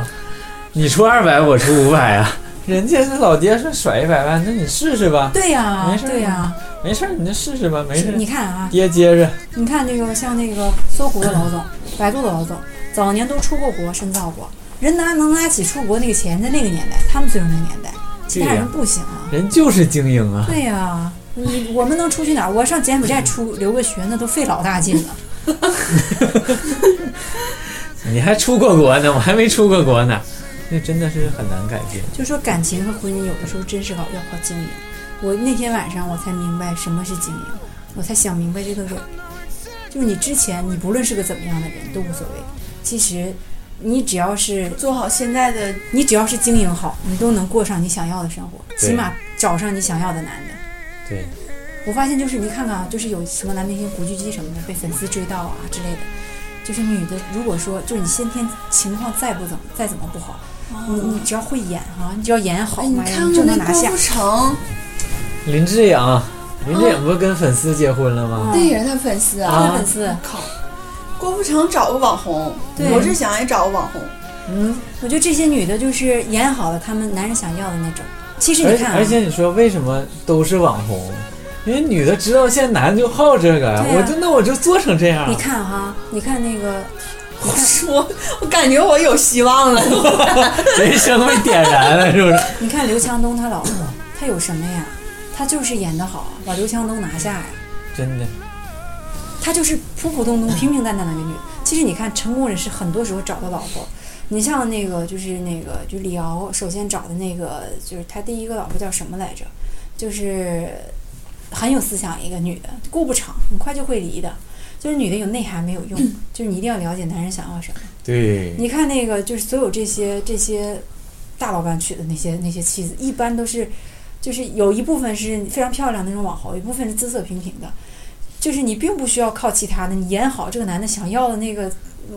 Speaker 2: 你出二百，我出五百啊！ <laughs> 人家是老爹说甩一百万，那你试试吧，
Speaker 1: 对呀、
Speaker 2: 没事儿啊
Speaker 1: 对呀、
Speaker 2: 没事儿你就试试吧，没事
Speaker 1: 你
Speaker 2: 儿。
Speaker 1: 看啊，
Speaker 2: 爹接着，
Speaker 1: 你看那个像那个搜狐的老
Speaker 2: <laughs>
Speaker 1: 总、百度的老总，早年都出过国、深造过，人拿能拿起出国那个钱，在那个年代，他们最有那个年代，其他
Speaker 2: 对呀
Speaker 1: 人不行啊。
Speaker 2: 人就是精英啊！
Speaker 1: 对呀、你我们能出去哪儿？我上柬埔寨出留个学，那都费老大劲
Speaker 2: <laughs>
Speaker 1: 了。
Speaker 2: 你还出过国呢，我还没出过国呢， <laughs> 那真的是很难改变。
Speaker 1: 就说感情和婚姻有的时候真是靠要靠经营。我那天晚上我才明白什么是经营，我才想明白这个人，就是你之前你不论是个怎么样的人都无所谓，其实你只要是
Speaker 3: 做好现在的
Speaker 1: 你只要是经营好，你都能过上你想要的生活，
Speaker 2: 对
Speaker 1: 起码找上你想要的男的。
Speaker 2: 对，
Speaker 1: 我发现就是你看看啊，就是有什么男明星古巨基什么的被粉丝追到啊之类的，就是女的如果说就是你先天情况再不怎么再怎么不好，你你只要会演哈、你只要演好，
Speaker 3: 哎，你
Speaker 1: 妈呀
Speaker 3: 看
Speaker 1: 就
Speaker 3: 过那
Speaker 1: 能
Speaker 3: 《
Speaker 1: 拿
Speaker 3: 郭
Speaker 1: 下
Speaker 3: 富。城》，
Speaker 2: 林志颖，林志颖不是跟粉丝结婚了
Speaker 1: 哦
Speaker 2: 吗？
Speaker 3: 那也是他粉丝啊。
Speaker 1: 他
Speaker 2: 啊
Speaker 1: 的粉丝，
Speaker 3: 靠，郭富城找个网红，
Speaker 1: 对
Speaker 3: 罗志祥也找个网 <laughs> 红，
Speaker 2: 嗯，
Speaker 1: 我觉得这些女的就是演好了他们男人想要的那种。其实你
Speaker 2: 而
Speaker 1: 看、啊，
Speaker 2: 而且你说为什么都是网红？因为女的知道现在男的就好这个，
Speaker 1: 对啊
Speaker 2: 我就那我就做成这样
Speaker 1: 你。看哈、你看那个，你
Speaker 3: 我
Speaker 1: 看
Speaker 3: 说，我感觉我有希望了。 <laughs>
Speaker 2: <laughs> 人生被点燃了，是不是？
Speaker 1: 你看刘强东他老婆，他有什么呀？他就是演得好啊，把刘强东拿下呀。
Speaker 2: <laughs> 真的，
Speaker 1: 他就是普普通通、平平淡淡的一个女的。其实你看，成功人士很多时候找的老婆，你像那个就是那个就李敖，首先找的那个就是他第一个老婆叫什么来着？就是很有思想一个女的，顾不长，很快就会离的。就是女的有内涵没有用，就是你一定要了解男人想要什么。
Speaker 2: 对，
Speaker 1: 你看那个，就是所有这些这些大老板娶的那些那些妻子，一般都是，就是有一部分是非常漂亮的那种网红，有一部分是姿色平平的，就是你并不需要靠其他的，你演好这个男的想要的那个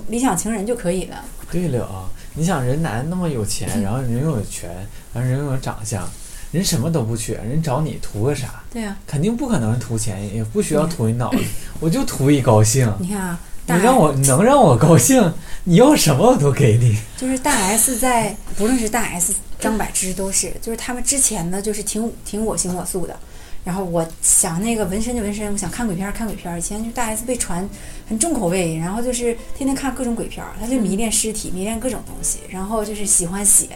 Speaker 1: 理想情人就可以了。
Speaker 2: 对了啊！你想人男那么有 <laughs> 钱，然后人又有权，然后人又有长相，人什么都不缺，人找你图个啥？
Speaker 1: 对啊呀、
Speaker 2: 肯定不可能图钱，也不需要图你脑 <laughs> 子，我就图一高兴。
Speaker 1: 你看啊，
Speaker 2: 你
Speaker 1: 大
Speaker 2: 让我你能让我高兴，你要什么我都给你。
Speaker 1: 就是大 S 在，不论是大 S、张柏芝都是，就是他们之前呢，就是挺挺我行我素的。然后我想那个纹身就纹身，我想看鬼片儿看鬼片儿。以前就大 S 被传很重口味，然后就是天天看各种鬼片儿，他就迷恋尸体，迷恋各种东西，然后就是喜欢血，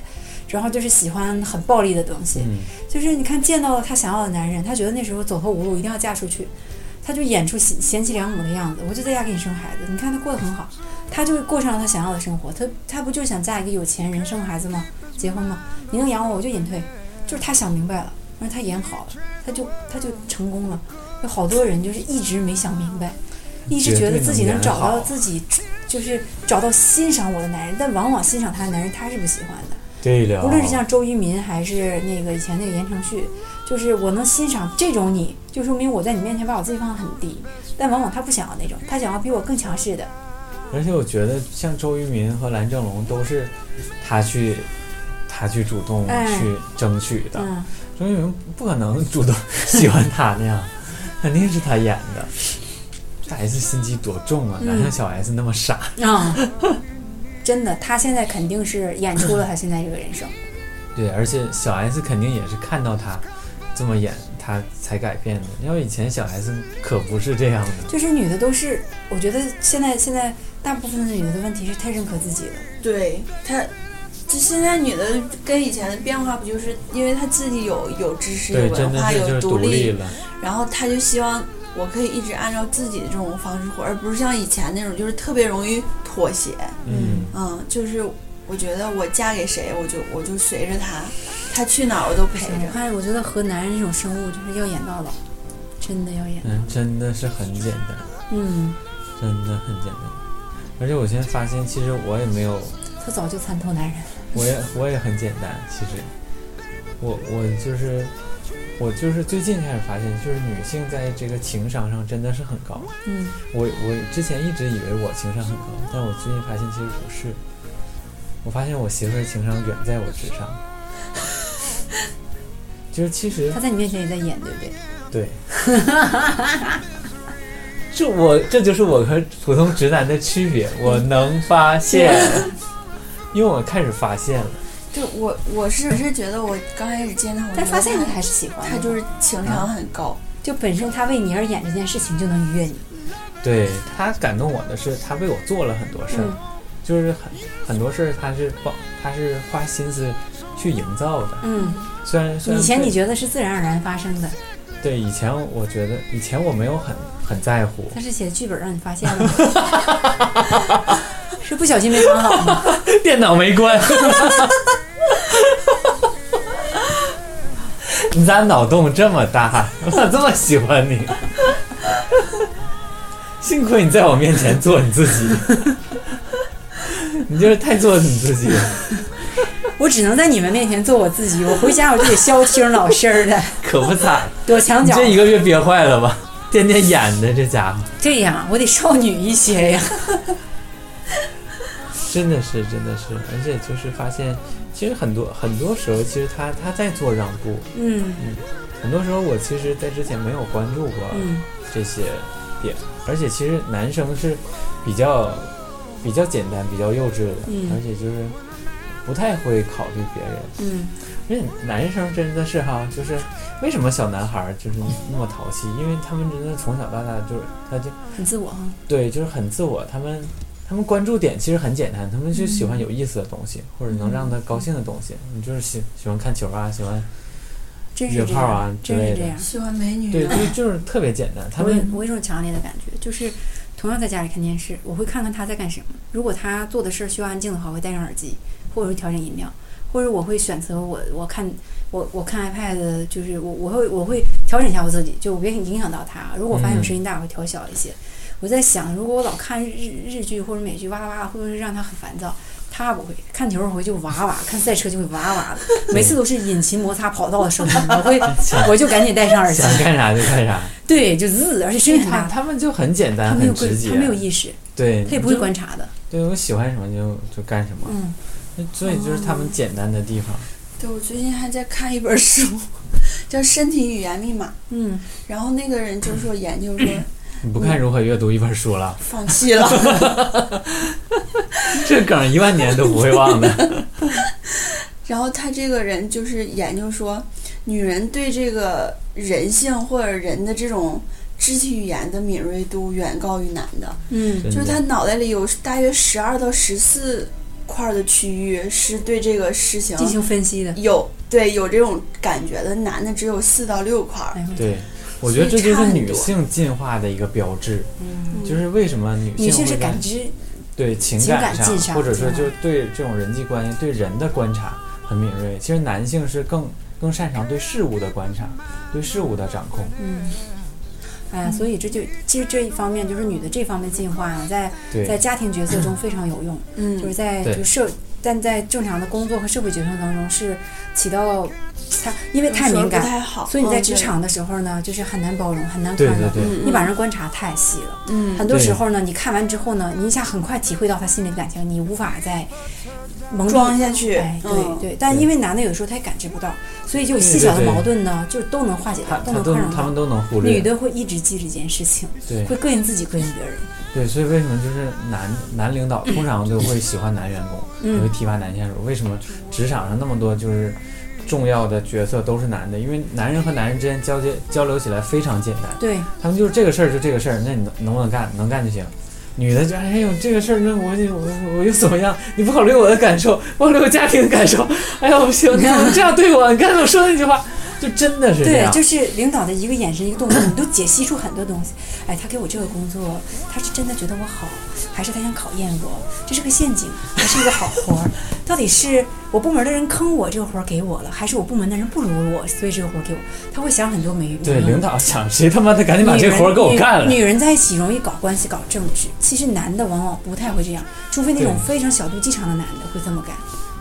Speaker 1: 然后就是喜欢很暴力的东西，
Speaker 2: 嗯
Speaker 1: 就是你看见到了她想要的男人，她觉得那时候走投无路，一定要嫁出去，她就演出贤贤妻良母的样子，我就在家给你生孩子，你看她过得很好，她就过上了她想要的生活，她她不就想嫁一个有钱人生孩子吗？结婚吗？你能养我，我就隐退，就是她想明白了，然后她演好了，她就她就成功了。有好多人就是一直没想明白，一直觉得自己能找到自己，就是找到欣赏我的男人，但往往欣赏他的男人他是不喜欢的。
Speaker 2: 对了，啊
Speaker 1: 无论
Speaker 3: 哦
Speaker 1: 是像周渝民还是那个以前那个言承旭，就是我能欣赏这种你，就说明我在你面前把我自己放得很低。但往往他不想要那种，他想要比我更强势的。
Speaker 2: 而且我觉得像周渝民和蓝正龙都是他去他去主动
Speaker 1: 哎
Speaker 2: 去争取的，
Speaker 1: 嗯，
Speaker 2: 周渝民不可能主动喜欢他那样，肯定是他演的。大 S 心机多重啊，哪像小 S 那么傻？
Speaker 3: <laughs>
Speaker 1: 啊、真的，他现在肯定是演出了他现在这个人生。
Speaker 2: 对，而且小 S 肯定也是看到他这么演，他才改变的。要以前小 S 可不是这样的。
Speaker 1: 就是女的都是，我觉得现在现在大部分的女的的问题是太认可自己了。
Speaker 3: 对她，就现在女的跟以前的变化不就是因为她自己有有知识、
Speaker 2: 对
Speaker 3: 有，文
Speaker 2: 真的
Speaker 3: 化、
Speaker 2: 是就
Speaker 3: 有
Speaker 2: 是独立
Speaker 3: 立，
Speaker 2: 了。
Speaker 3: 然后她就希望我可以一直按照自己的这种方式活，而不是像以前那种就是特别容易妥协。
Speaker 2: 嗯，
Speaker 3: 嗯，就是我觉得我嫁给谁，我就我就随着他，他去哪儿我都陪
Speaker 1: 我
Speaker 3: 着。
Speaker 1: 哎看，我觉得和男人这种生物就是要演到老，真的要演。
Speaker 2: 嗯，真的是很简单，
Speaker 1: 嗯，
Speaker 2: 真的很简单。而且我现在发现，其实我也没有，
Speaker 1: 他早就参透男人。
Speaker 2: 我也我也很简单。其实，我我就是我就是最近开始发现，就是女性在这个情商上真的是很高。
Speaker 1: 嗯，
Speaker 2: 我我之前一直以为我情商很高，但我最近发现其实不是。我发现我媳妇儿情商远在我之上。就是其实
Speaker 1: 他在你面前也在演，对不对？
Speaker 2: 对，这我这就是我和普通直男的区别，我能发现，因为我开始发现了，
Speaker 3: 就我我是是觉得我刚开始见他，我
Speaker 1: 但
Speaker 3: 觉
Speaker 1: 发
Speaker 3: 得
Speaker 1: 现你
Speaker 3: 他
Speaker 1: 还是喜欢
Speaker 3: 他就是情商很高。
Speaker 1: 就本身他为你而演这件事情就能愉悦你。
Speaker 2: 对他感动我的是，他为我做了很多事儿，
Speaker 1: 嗯
Speaker 2: 就是很很多事儿他是花他是花心思去营造的，
Speaker 1: 嗯，
Speaker 2: 虽然虽然
Speaker 1: 以前
Speaker 2: 会
Speaker 1: 你觉得是自然而然发生的，
Speaker 2: 对以前我觉得以前我没有很很在乎， <laughs>
Speaker 1: 他是写的剧本让你发现了吗， <laughs> 是不小心没藏好吗？
Speaker 2: 电脑没关。 <laughs> 你咋脑洞这么大？ <laughs> 我咋这么喜欢你？ <laughs> 幸亏你在我面前做你自己， <laughs> 你就是太做你自己了，
Speaker 1: 我只能在你们面前做我自己，我回家我就得消停老实儿
Speaker 2: <laughs>
Speaker 1: 的，
Speaker 2: 可不咋。
Speaker 1: 躲墙
Speaker 2: 你
Speaker 1: 角。
Speaker 2: 这一个月憋坏了吧？ <laughs> 天天演的这家伙，
Speaker 1: 对呀，我得少女一些呀。
Speaker 2: 真的是真的是，而且就是发现，其实很多很多时候，其实他他在做让步，
Speaker 1: 嗯
Speaker 2: 很多时候我其实，在之前没有关注过，
Speaker 1: 嗯
Speaker 2: 这些点，而且其实男生是比较比较简单、比较幼稚的，
Speaker 1: 嗯
Speaker 2: 而且就是不太会考虑别人。
Speaker 1: 嗯，
Speaker 2: 而且男生真的是哈，就是为什么小男孩儿就是那么淘气？因为他们真的从小到大就是他就
Speaker 1: 很自我哈。
Speaker 2: 对，就是很自我，他们。他们关注点其实很简单，他们就喜欢
Speaker 1: 嗯
Speaker 2: 有意思的东西，或者能让他高兴的东西。你就是喜喜欢看球啊，喜欢
Speaker 1: 真
Speaker 2: 约
Speaker 1: 是这
Speaker 2: 炮啊
Speaker 1: 样，
Speaker 2: 之
Speaker 1: 真是
Speaker 2: 类
Speaker 1: 这
Speaker 2: 的
Speaker 1: 样。
Speaker 3: 喜欢美女啊
Speaker 2: 对，
Speaker 3: 的，
Speaker 2: 就就是特别简单。他
Speaker 1: 我有
Speaker 2: 们
Speaker 1: 我有一种强烈的感觉，就是同样在家里看电视，我会看看他在干什么。如果他做的事儿需要安静的话，我会戴上耳机，或者是调整音量，或者我会选择我我看我我看 iPad，就是我我会我会调整一下我自己，就我别影响到他。如果我发现
Speaker 2: 嗯
Speaker 1: 我声音大，我会调小一些。我在想，如果我老看日日剧或者美剧，哇哇，会不会让他很烦躁？他不会看球，我会就哇哇；看赛车就会哇哇
Speaker 2: <laughs>
Speaker 1: 的，每次都是引擎摩擦跑道的声音，我会我就赶紧戴上耳机
Speaker 2: 想，干啥就干啥。
Speaker 1: 对，就滋，而且声音很大
Speaker 2: 他。他们就很简单，
Speaker 1: 他没有
Speaker 2: 啊很
Speaker 1: 规
Speaker 2: 直，接，
Speaker 1: 他没有意识，
Speaker 2: 对，
Speaker 1: 他也不会
Speaker 2: 你就
Speaker 1: 观察的。
Speaker 2: 对我喜欢什么就就干什么，
Speaker 1: 嗯，
Speaker 2: 所以就是他们简单的地方。
Speaker 3: 对我最近还在看一本书， <laughs> 叫《身体语言密码》，
Speaker 1: 嗯，
Speaker 3: 然后那个人就说研究说
Speaker 2: 你不看如何阅读一本书了，
Speaker 3: 放弃了，
Speaker 1: <laughs>
Speaker 2: 这梗一万年都不会忘
Speaker 1: <laughs>
Speaker 2: 的。
Speaker 3: 然后他这个人就是研究说，女人对这个人性或者人的这种肢体语言的敏锐度远高于男的，
Speaker 1: 嗯
Speaker 2: 真
Speaker 3: 就是他
Speaker 2: 的
Speaker 3: 脑袋里有大约十二到十四块儿的区域是对这个事情
Speaker 1: 进行分析的。
Speaker 3: 有对有这种感觉的，男的只有四到六块儿。
Speaker 1: 哎呦，
Speaker 2: 对，我觉得这就
Speaker 3: 差
Speaker 2: 是
Speaker 3: 很
Speaker 2: 女
Speaker 3: 多
Speaker 2: 性进化的一个标志，
Speaker 1: 嗯，
Speaker 2: 就是为什么女性
Speaker 1: 女性
Speaker 2: 会
Speaker 1: 是
Speaker 2: 在
Speaker 1: 感知，
Speaker 2: 对情
Speaker 1: 情
Speaker 2: 感
Speaker 1: 感
Speaker 2: 上，
Speaker 1: 进上
Speaker 2: 或者说
Speaker 1: 进化
Speaker 2: 就是对这种人际关系、对人的观察很敏锐。其实男性是更更擅长对事物的观察，对事物的掌控。
Speaker 1: 嗯，哎呀，所以这就其实这一方面就是女的这方面进化啊，在在
Speaker 2: 对，
Speaker 1: 家庭角
Speaker 2: <clears throat>
Speaker 1: 色中非常有用，
Speaker 3: 嗯
Speaker 1: 就是在
Speaker 2: 对
Speaker 1: 就社，但在正常的工作和社会角色当中是起到它，因为太
Speaker 3: 有时候
Speaker 1: 敏
Speaker 3: 嗯不
Speaker 1: 感，
Speaker 3: 太好。
Speaker 1: 所以你在
Speaker 3: 嗯
Speaker 1: 职，场的时候呢，就是很难包容，很难
Speaker 2: 对
Speaker 1: 宽
Speaker 2: 对
Speaker 1: 容。
Speaker 3: 对
Speaker 2: 对，
Speaker 3: 嗯
Speaker 1: 你把人观察太细了，
Speaker 3: 嗯
Speaker 1: 很多时
Speaker 2: 对
Speaker 1: 候呢，你看完之后呢，你一下很快体会到他心里的感情，你无法再蒙蔽
Speaker 3: 装下去
Speaker 1: 哎，对
Speaker 3: 嗯
Speaker 1: 对，但因为男的有时候他也感知不到，所以就有细
Speaker 2: 对
Speaker 1: 小的
Speaker 2: 对
Speaker 1: 矛盾呢，就是都能化解
Speaker 2: 他
Speaker 1: 掉，都
Speaker 2: 他
Speaker 1: 能
Speaker 2: 都
Speaker 1: 宽容
Speaker 2: 他
Speaker 1: 掉
Speaker 2: 们。都能忽略。
Speaker 1: 女的会一直记着这件事情，
Speaker 2: 对
Speaker 1: 会膈应自己，膈应别人。
Speaker 2: 对，所以为什么就是男男领导通常就会喜欢男员工，也会
Speaker 1: 嗯
Speaker 2: 提拔男下属？为什么职场上那么多就是重要的角色都是男的？因为男人和男人之间交接交流起来非常简单。
Speaker 1: 对，
Speaker 2: 他们就是这个事儿就这个事儿，那你能能不能干？能干就行。女的就哎呦这个事儿，那我就我我又怎么样？你不考虑我的感受，不考虑我家庭的感受， <laughs> 哎呀不行，你怎么这样对我？你刚才我说那句话，就真的是这
Speaker 1: 对，
Speaker 2: 样。
Speaker 1: 就是领导的一个眼神、一个动作，你都解析出很多东西。哎，他给我这个工作，他是真的觉得我好，还是他想考验我？这是个陷阱，还是一个好活儿？到底是我部门的人坑我，这个活儿给我了，还是我部门的人不如我，所以这个活儿给我？他会想很多没
Speaker 2: 对
Speaker 1: 没用
Speaker 2: 领导想谁他妈的赶紧把
Speaker 1: 女
Speaker 2: 这
Speaker 1: 人
Speaker 2: 活儿给我干了
Speaker 1: 女。。女人在一起容易搞关系、搞政治，其实男的往往不太会这样，除非那种非常小肚鸡肠的男的会这么干。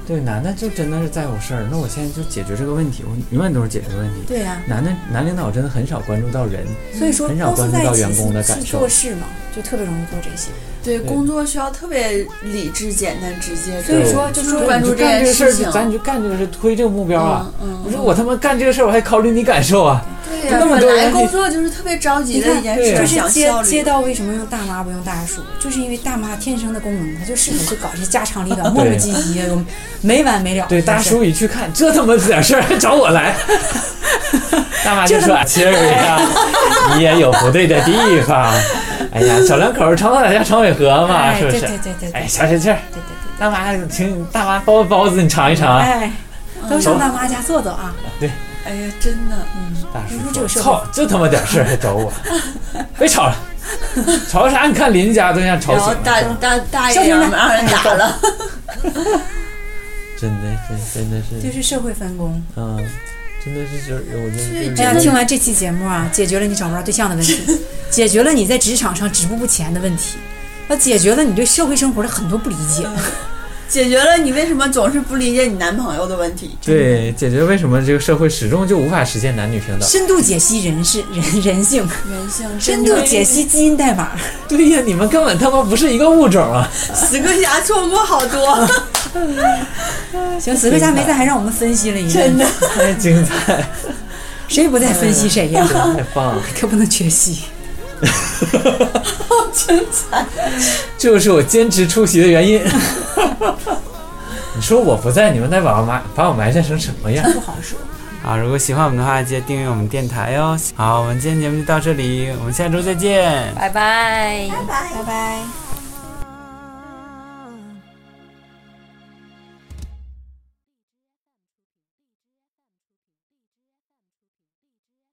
Speaker 2: 对男的就真的是在乎事儿，那我现在就解决这个问题，我永远都是解决问题。
Speaker 1: 对啊，
Speaker 2: 男的男领导真的很少关注到人，
Speaker 1: 所以说
Speaker 2: 很少
Speaker 1: 公司
Speaker 2: 关注
Speaker 1: 在
Speaker 2: 到
Speaker 1: 一
Speaker 2: 员
Speaker 1: 起
Speaker 2: 工的
Speaker 1: 是
Speaker 2: 感受
Speaker 1: 做事嘛，就特别容易做这些。
Speaker 3: 对
Speaker 2: 对
Speaker 3: 工作需要特别理智、简单、直接。
Speaker 1: 所以
Speaker 2: 对
Speaker 1: 说，就
Speaker 3: 就是
Speaker 1: 说
Speaker 3: 关注
Speaker 2: 你就干
Speaker 3: 这件
Speaker 2: 这个儿
Speaker 3: 事情
Speaker 2: 就，咱就干这个事，推这个目标啊。
Speaker 3: 嗯
Speaker 2: 不是我他妈干这个事儿，我还考虑你感受啊。
Speaker 3: 对
Speaker 2: 就
Speaker 3: 呀、
Speaker 2: 那么多
Speaker 3: 本来
Speaker 2: 人
Speaker 3: 工作就是特别着急
Speaker 1: 你
Speaker 3: 的
Speaker 1: 看
Speaker 3: 一，件
Speaker 2: 对
Speaker 3: 事，
Speaker 2: 啊
Speaker 1: 就
Speaker 3: 儿，
Speaker 1: 是
Speaker 3: 想
Speaker 1: 街
Speaker 3: 效率。
Speaker 1: 街道为什么用大妈不用大叔，就是因为大妈天生的功能，她就适合去搞这些家长里短、磨磨唧唧、有没完没了的事儿。
Speaker 2: 对，大叔一去看，这他妈点事儿 <laughs> 还找我来，大妈就说：“哎其实呀， <laughs> 你也有不对的地 <laughs> 方。哎呀，小两口儿常往两家常委合嘛，
Speaker 1: 哎，
Speaker 2: 是不
Speaker 1: 对
Speaker 2: 是
Speaker 1: 对？对对对
Speaker 2: 哎，消消气儿，
Speaker 1: 对对对，
Speaker 2: 大妈，请大妈包个包子，你尝一尝啊。
Speaker 1: 哎，都上大妈家坐坐啊。
Speaker 3: 哎呀，真的，
Speaker 2: 大叔
Speaker 1: 你说这个
Speaker 2: 说：“
Speaker 1: 社会
Speaker 2: 操，哎就他妈点事儿还找我，别吵了，吵啥？你看邻居家都让吵
Speaker 3: 然
Speaker 2: 醒
Speaker 3: 后
Speaker 2: 了，
Speaker 3: 大大大
Speaker 1: 消
Speaker 3: 爷
Speaker 1: 停了
Speaker 3: 们让人打了，
Speaker 2: 真的是，真的，
Speaker 1: 就是是社会分工。
Speaker 2: 嗯，真的是就是，我就是
Speaker 3: 是
Speaker 1: 哎
Speaker 3: 真
Speaker 1: 呀，
Speaker 3: 的
Speaker 1: 听完这期节目啊，解决了你找不着对象的问题，解决了你在职场上止步不前的问题，那解决了你对社会生活的很多不理解。
Speaker 3: 解决了你为什么总是不理解你男朋友的问题。
Speaker 2: 对解决为什么这个社会始终就无法实现男女平等。”
Speaker 1: 深度解析人是人人性，
Speaker 3: 人性
Speaker 1: 深
Speaker 3: 真
Speaker 1: 度
Speaker 3: 的，
Speaker 1: 解
Speaker 3: <laughs>
Speaker 1: 析基因代码。
Speaker 2: 对呀，你们根本他妈不是一个物种啊！
Speaker 3: 死哥侠错过
Speaker 1: <laughs>
Speaker 3: 好多，
Speaker 1: 行，死磕侠没在，还让我们分析了一下，
Speaker 3: 真的，
Speaker 2: <laughs> 太精彩，
Speaker 1: 谁也不在分析谁呀、 <laughs>
Speaker 2: 太棒了！
Speaker 1: 可不能缺席。
Speaker 2: 这 <laughs> 就是我坚持出席的原 <laughs> 因。你说我不在，你们再把我埋把我埋汰成什么样？
Speaker 1: 不好说。
Speaker 2: 啊！如果喜欢我们的话，记得订阅我们电台哦。好，我们今天节目就到这里，我们下周再见。
Speaker 4: 拜拜。
Speaker 3: 拜拜。
Speaker 1: 拜拜。